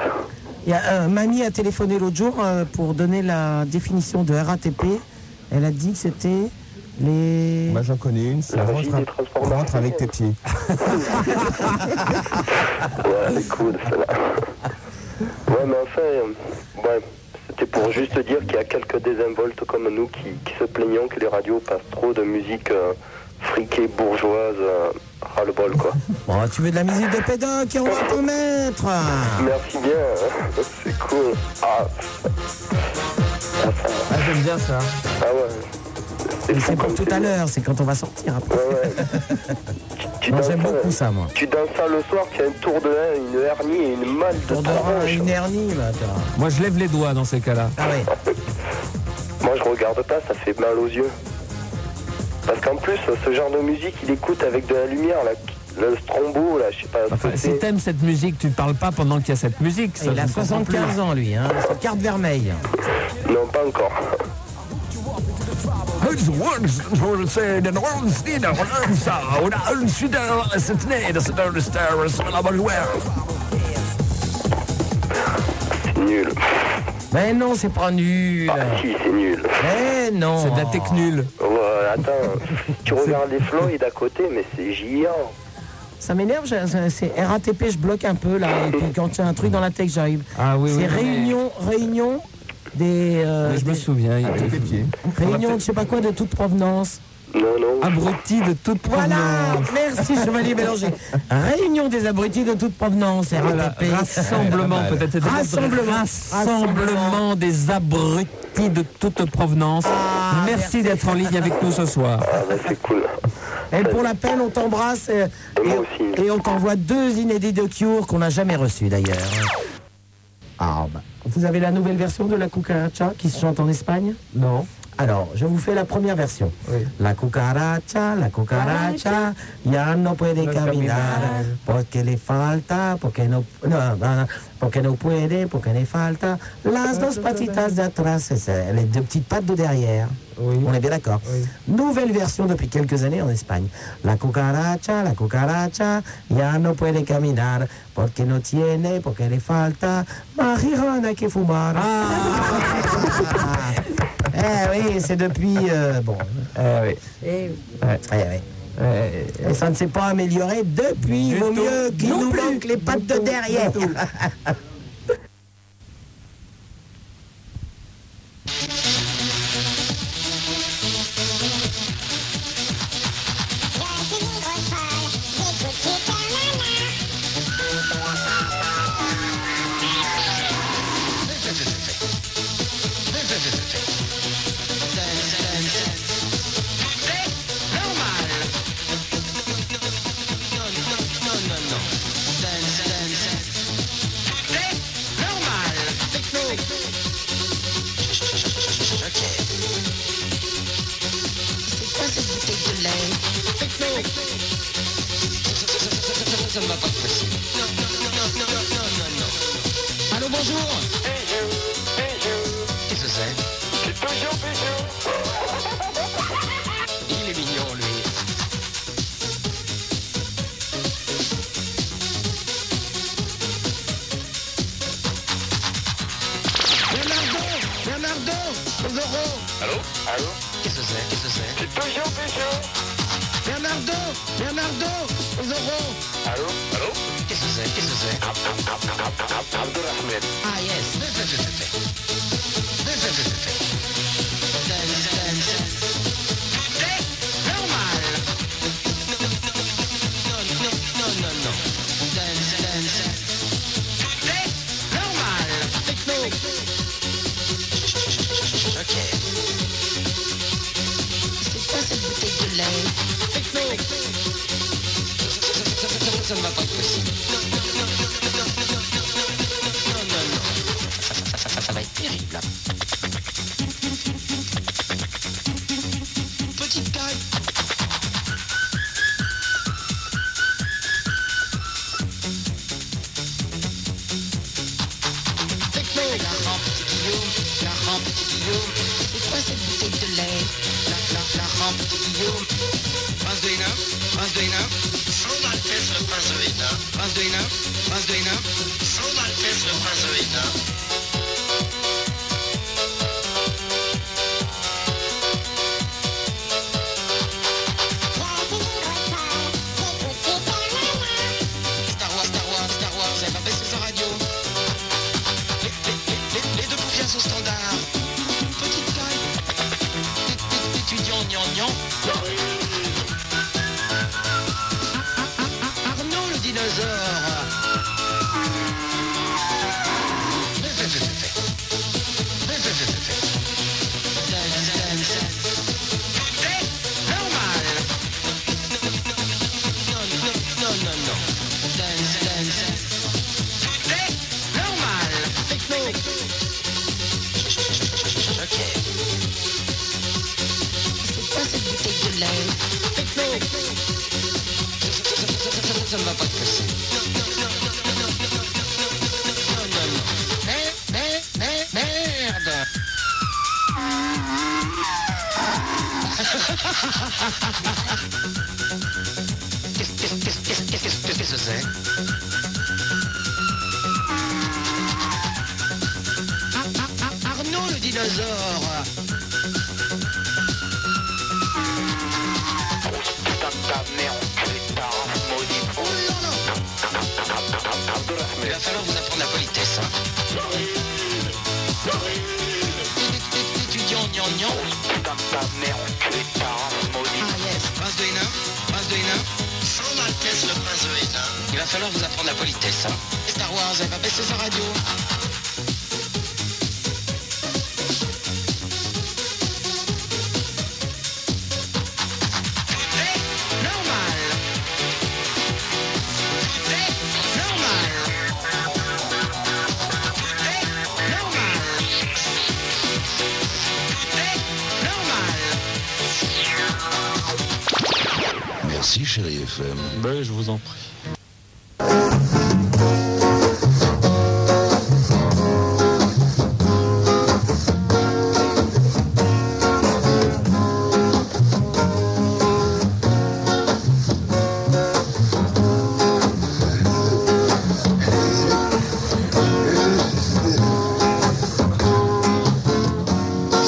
Il y a, euh, Mamie a téléphoné l'autre jour euh, pour donner la définition de RATP. Elle a dit que c'était les.
Moi, j'en connais une, c'est rentre, rentre avec tes pieds.
Ouais, c'est cool, celle-là. Ouais, mais enfin, euh, ouais, c'était pour juste dire qu'il y a quelques désinvoltes comme nous qui, qui se plaignons que les radios passent trop de musique euh, friquée, bourgeoise, euh, ras-le-bol, quoi.
Bon, Oh, tu veux de la musique de pédoc et on va t'en mettre.
Merci bien, hein. c'est cool. Ah,
Ah, j'aime bien ça.
ah ouais.
Mais c'est pour tout à l'heure, c'est quand on va sortir. après. Non, J'aime beaucoup ça, Ah, moi.
Tu danses ça le soir, tu as un tour de rein, une hernie et une malle de
Tour de
ta
rein,
manche.
une hernie, là, Ah
Moi je lève les doigts dans ces cas-là.
Moi, je regarde pas, ça fait mal aux yeux. Parce qu'en plus, ce genre de musique, il écoute avec de la lumière, là, le strombo, là, je sais pas. ce
Enfin,
que
Bah, si
c'est.
t'aimes cette musique, tu parles pas pendant qu'il y a cette musique. ça,
Il
je
a
ne comprends plus.
75 ans, lui, hein. Sa carte vermeille.
Non, pas encore. Nul.
Mais non, c'est pas nul.
Ah, si, c'est nul.
Eh non. C'est de la
tech nulle.
Ouais, attends, tu regardes les Floyd à côté, mais c'est géant.
Ça m'énerve, j'ai- c'est- c'est RATP, je bloque un peu là. Et puis quand il y a un truc dans la tech, j'arrive.
Ah oui,
c'est
oui, mais-
réunion, réunion des. euh,
Mais je me
des-
souviens. il-
Réunion de je sais pas quoi de toute provenance.
Non, non.
Abruti de toute
Voilà,
provenance.
merci Chevalier Bélanger. Réunion des abrutis de toute provenance,
Voilà,
RATP.
Rassemblement peut-être. c'est-
Rassemblement.
Rassemblement des abrutis de toute provenance.
Ah,
merci d'être en ligne avec nous ce soir.
Ah, bah, c'est cool.
Et pour l'appel, on t'embrasse. euh, Et, et on t'envoie deux inédits de Cure qu'on n'a jamais reçus d'ailleurs. Ah, bah. Vous avez la nouvelle version de la cucaracha qui se chante en Espagne
Non.
Alors, je vous fais la première version. La cucaracha, la cucaracha, ya no puede caminar, porque le falta, porque no, no, no, porque no puede, porque le falta, las dos patitas de atrás, c'est ça, les deux petites pattes de derrière. On est bien d'accord. Nouvelle version depuis quelques années en Espagne. La cucaracha, la cucaracha, ya no puede caminar, porque no tiene, porque le falta, marihuana que fumar.
Ah.
Eh oui, c'est depuis. euh, bon.
Eh oui. Eh,
Eh oui. Et ça ne s'est pas amélioré depuis. Il vaut mieux qu'il nous manque les pattes de derrière.
Ça ne va pas
Allô, bonjour Qu'est-ce que c'est Il est mignon, lui.
Allô Allô
Qu'est-ce que c'est Qu'est-ce que c'est
C'est toujours Peugeot
Bernardo Bernardo Zorro
Allô Allô
Qu'est-ce que c'est Qu'est-ce que c'est
Abdelrahmed.
Ah yes This is it. This is it. This is it. C'est normal. Non, non, non, non, non. Dance, dance. C'est normal. Techno. Ok. C'est quoi cette bouteille de lait Techno. Ça, ça, ça, ça, ça ne va pas être possible. Non, non, non. Ça, ça, ça, ça va être terrible. là. Petite taille. Techno. Garant, petit Guillaume. Garant, petit Guillaume. C'est quoi cette bouteille de lait La, la, Garant, petit Guillaume. Prince de Hénin. Prince de Hénin. Son Altesse le Prince de Hénin. Prince de Hénin. Prince de Hénin. Son Altesse le Prince de Hénin. Star Wars, Star Wars, Star Wars, elle va baisser sa radio. Les, les- les- les- les deux bouquins sont standards. Petite taille. Étu- Étudiant, gnan, gnan. Arnaud le dinosaure. Normal. Non, non, non, non, non. Dance, dance. C'est normal. Techno. Ok. C'est quoi cette bouteille de lait Techno. Ça, ça, ça, ça, ça, ça ne va pas être possible. Non, non, non, non, non, non, non, non, non. Mais, mais, mais, merde. Qu'est-ce qu'est-ce- qu'est-ce- qu'est-ce- qu'est-ce- qu'est-ce que c'est Ar- Ar- Ar- Arnaud le dinosaure Il va falloir vous apprendre la politesse. Étudiant, gnan, gnan. Putain de ta mère, enculé de parents, maudit. Ah yes, prince de Hénin, prince de Hénin. Son Altesse le prince de Hénin. Il va falloir vous apprendre la politesse. hein. Star Wars, elle va baisser sa radio.
Merci, chérie FM.
Ben, je vous en prie.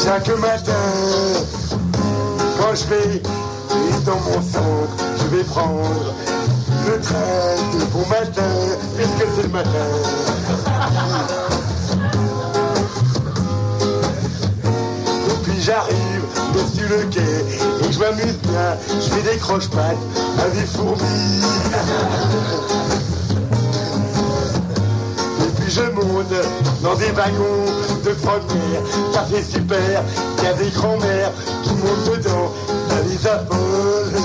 Chaque matin, quand je vais et dans mon centre, je vais prendre le train de bon matin, puisque c'est le matin. Et puis j'arrive dessus le quai et je m'amuse bien, je fais des croche-pattes à des fourmis. Et puis je monte dans des wagons de première, ça fait super, il y a des grands-mères qui montent dedans, ça les affole.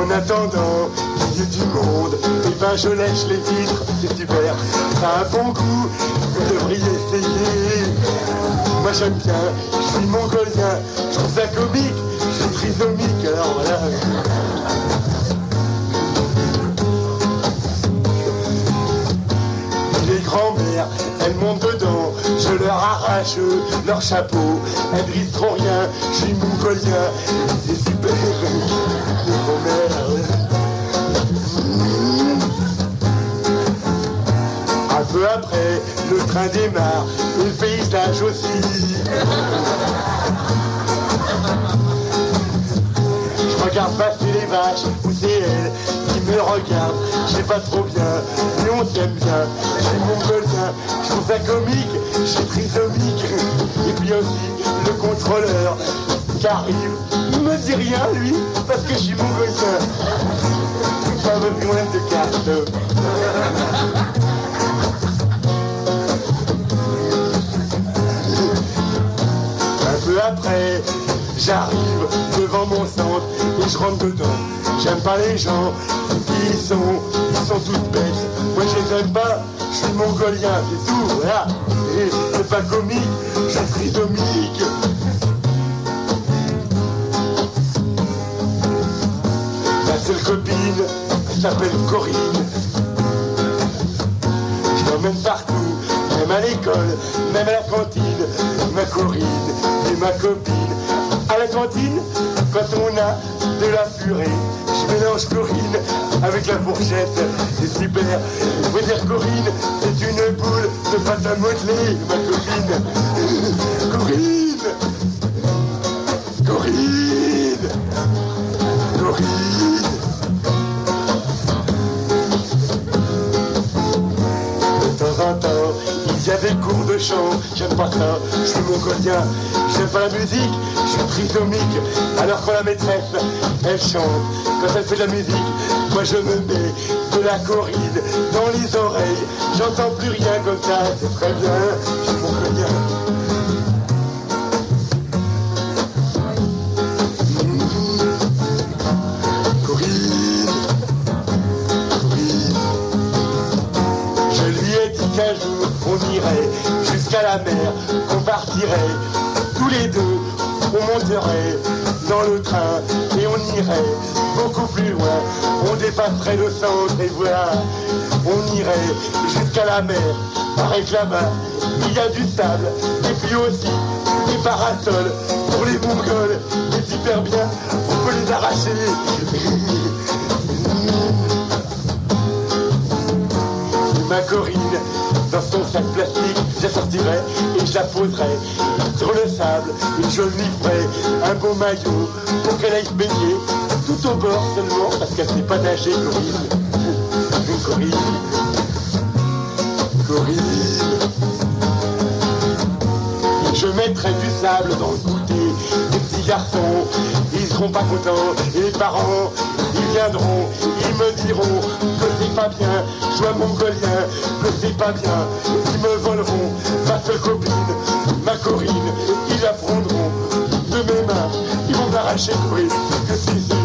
En attendant qu'il y ait du monde, et ben je lèche les vitres, c'est super, ça a un bon goût, vous devriez essayer. Moi j'aime bien, je suis mongolien, je trouve ça comique, je suis trisomique, alors voilà. Les grands-mères, elles montent dedans, je leur arrache leur chapeau, elles brisent trop rien, je suis mongolien, c'est super, les grands-mères. Un peu peu après, le train démarre et le paysage aussi. Je regarde passer les vaches, ou c'est elle qui me regarde. Je sais pas trop bien, mais on s'aime bien. Je suis mongolien, je trouve ça comique, je suis trisomique. Et puis aussi, le contrôleur qui arrive, il me dit rien lui, parce que je suis mongolien. C'est pas votre problème de carte. Un peu après, j'arrive devant mon centre et je rentre dedans. J'aime pas les gens, ils sont, ils sont toutes bêtes. Moi je les aime pas, je suis mongolien, c'est tout, voilà. Et c'est pas comique, je suis Dominique. Ma seule copine s'appelle Corinne. Je l'emmène partout, même à l'école, même à la cantine. Ma Corinne et ma copine. À la cantine, quand on a de la purée, je mélange Corinne avec la fourchette. C'est super. Je veux dire, Corinne, c'est une boule de pâte à modeler, ma copine. Corinne Corinne Corinne De temps en temps, il y a des cours de chant, j'aime pas ça, je suis mongolien, j'aime pas la musique, je suis trisomique, alors quand la maîtresse, elle chante, quand elle fait de la musique, moi je me mets de la corride dans les oreilles, j'entends plus rien comme ça, c'est très bien, je suis mongolien. Je lui ai dit qu'un jour on irait jusqu'à la mer, qu'on partirait tous les deux, on monterait dans le train et on irait beaucoup plus loin, on dépasserait le centre et voilà, on irait jusqu'à la mer. Paraît que là-bas, il y a du sable et puis aussi des parasols pour les Mongols. C'est super bien, on peut les arracher. ma Corinne dans son sac plastique, je la sortirai et je la poserai sur le sable et je lui ferai un beau maillot pour qu'elle aille se baigner tout au bord seulement parce qu'elle ne sait pas nager Corinne. Corinne. Corinne. Je mettrai du sable dans le goûter des petits garçons. Ils seront pas contents. Et les parents, ils viendront. Ils me diront que c'est pas bien. Je vois mongolien, que c'est pas bien. Ils me voleront ma seule copine, ma Corinne. Ils la prendront de mes mains. Ils vont m'arracher Corinne. Que c'est sûr.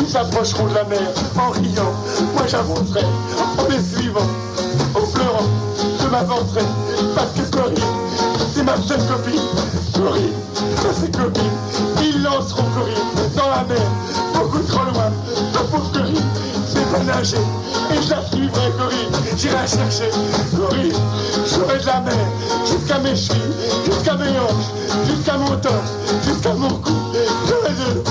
Ils s'approcheront de la mer en riant. Moi j'avancerai en les suivant, en pleurant. Je m'avancerai parce que Corinne c'est ma seule copine. Corinne, ça c'est Corinne. Ils lanceront Corinne dans la mer, beaucoup trop loin. La pauvre Corinne, c'est pas nager. Et je la suivrai, Corinne. J'irai la chercher. Corinne, j'aurai de la mer jusqu'à mes chevilles, jusqu'à mes hanches, jusqu'à mon torse, jusqu'à mon cou. J'aurai de l'eau.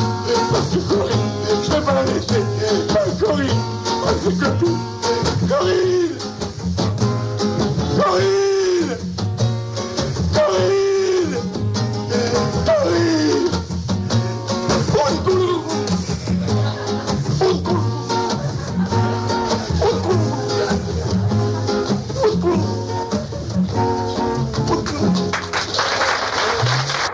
Parce que Corinne, je vais pas la laisser. Ma Corinne, ma seule copine. Corinne.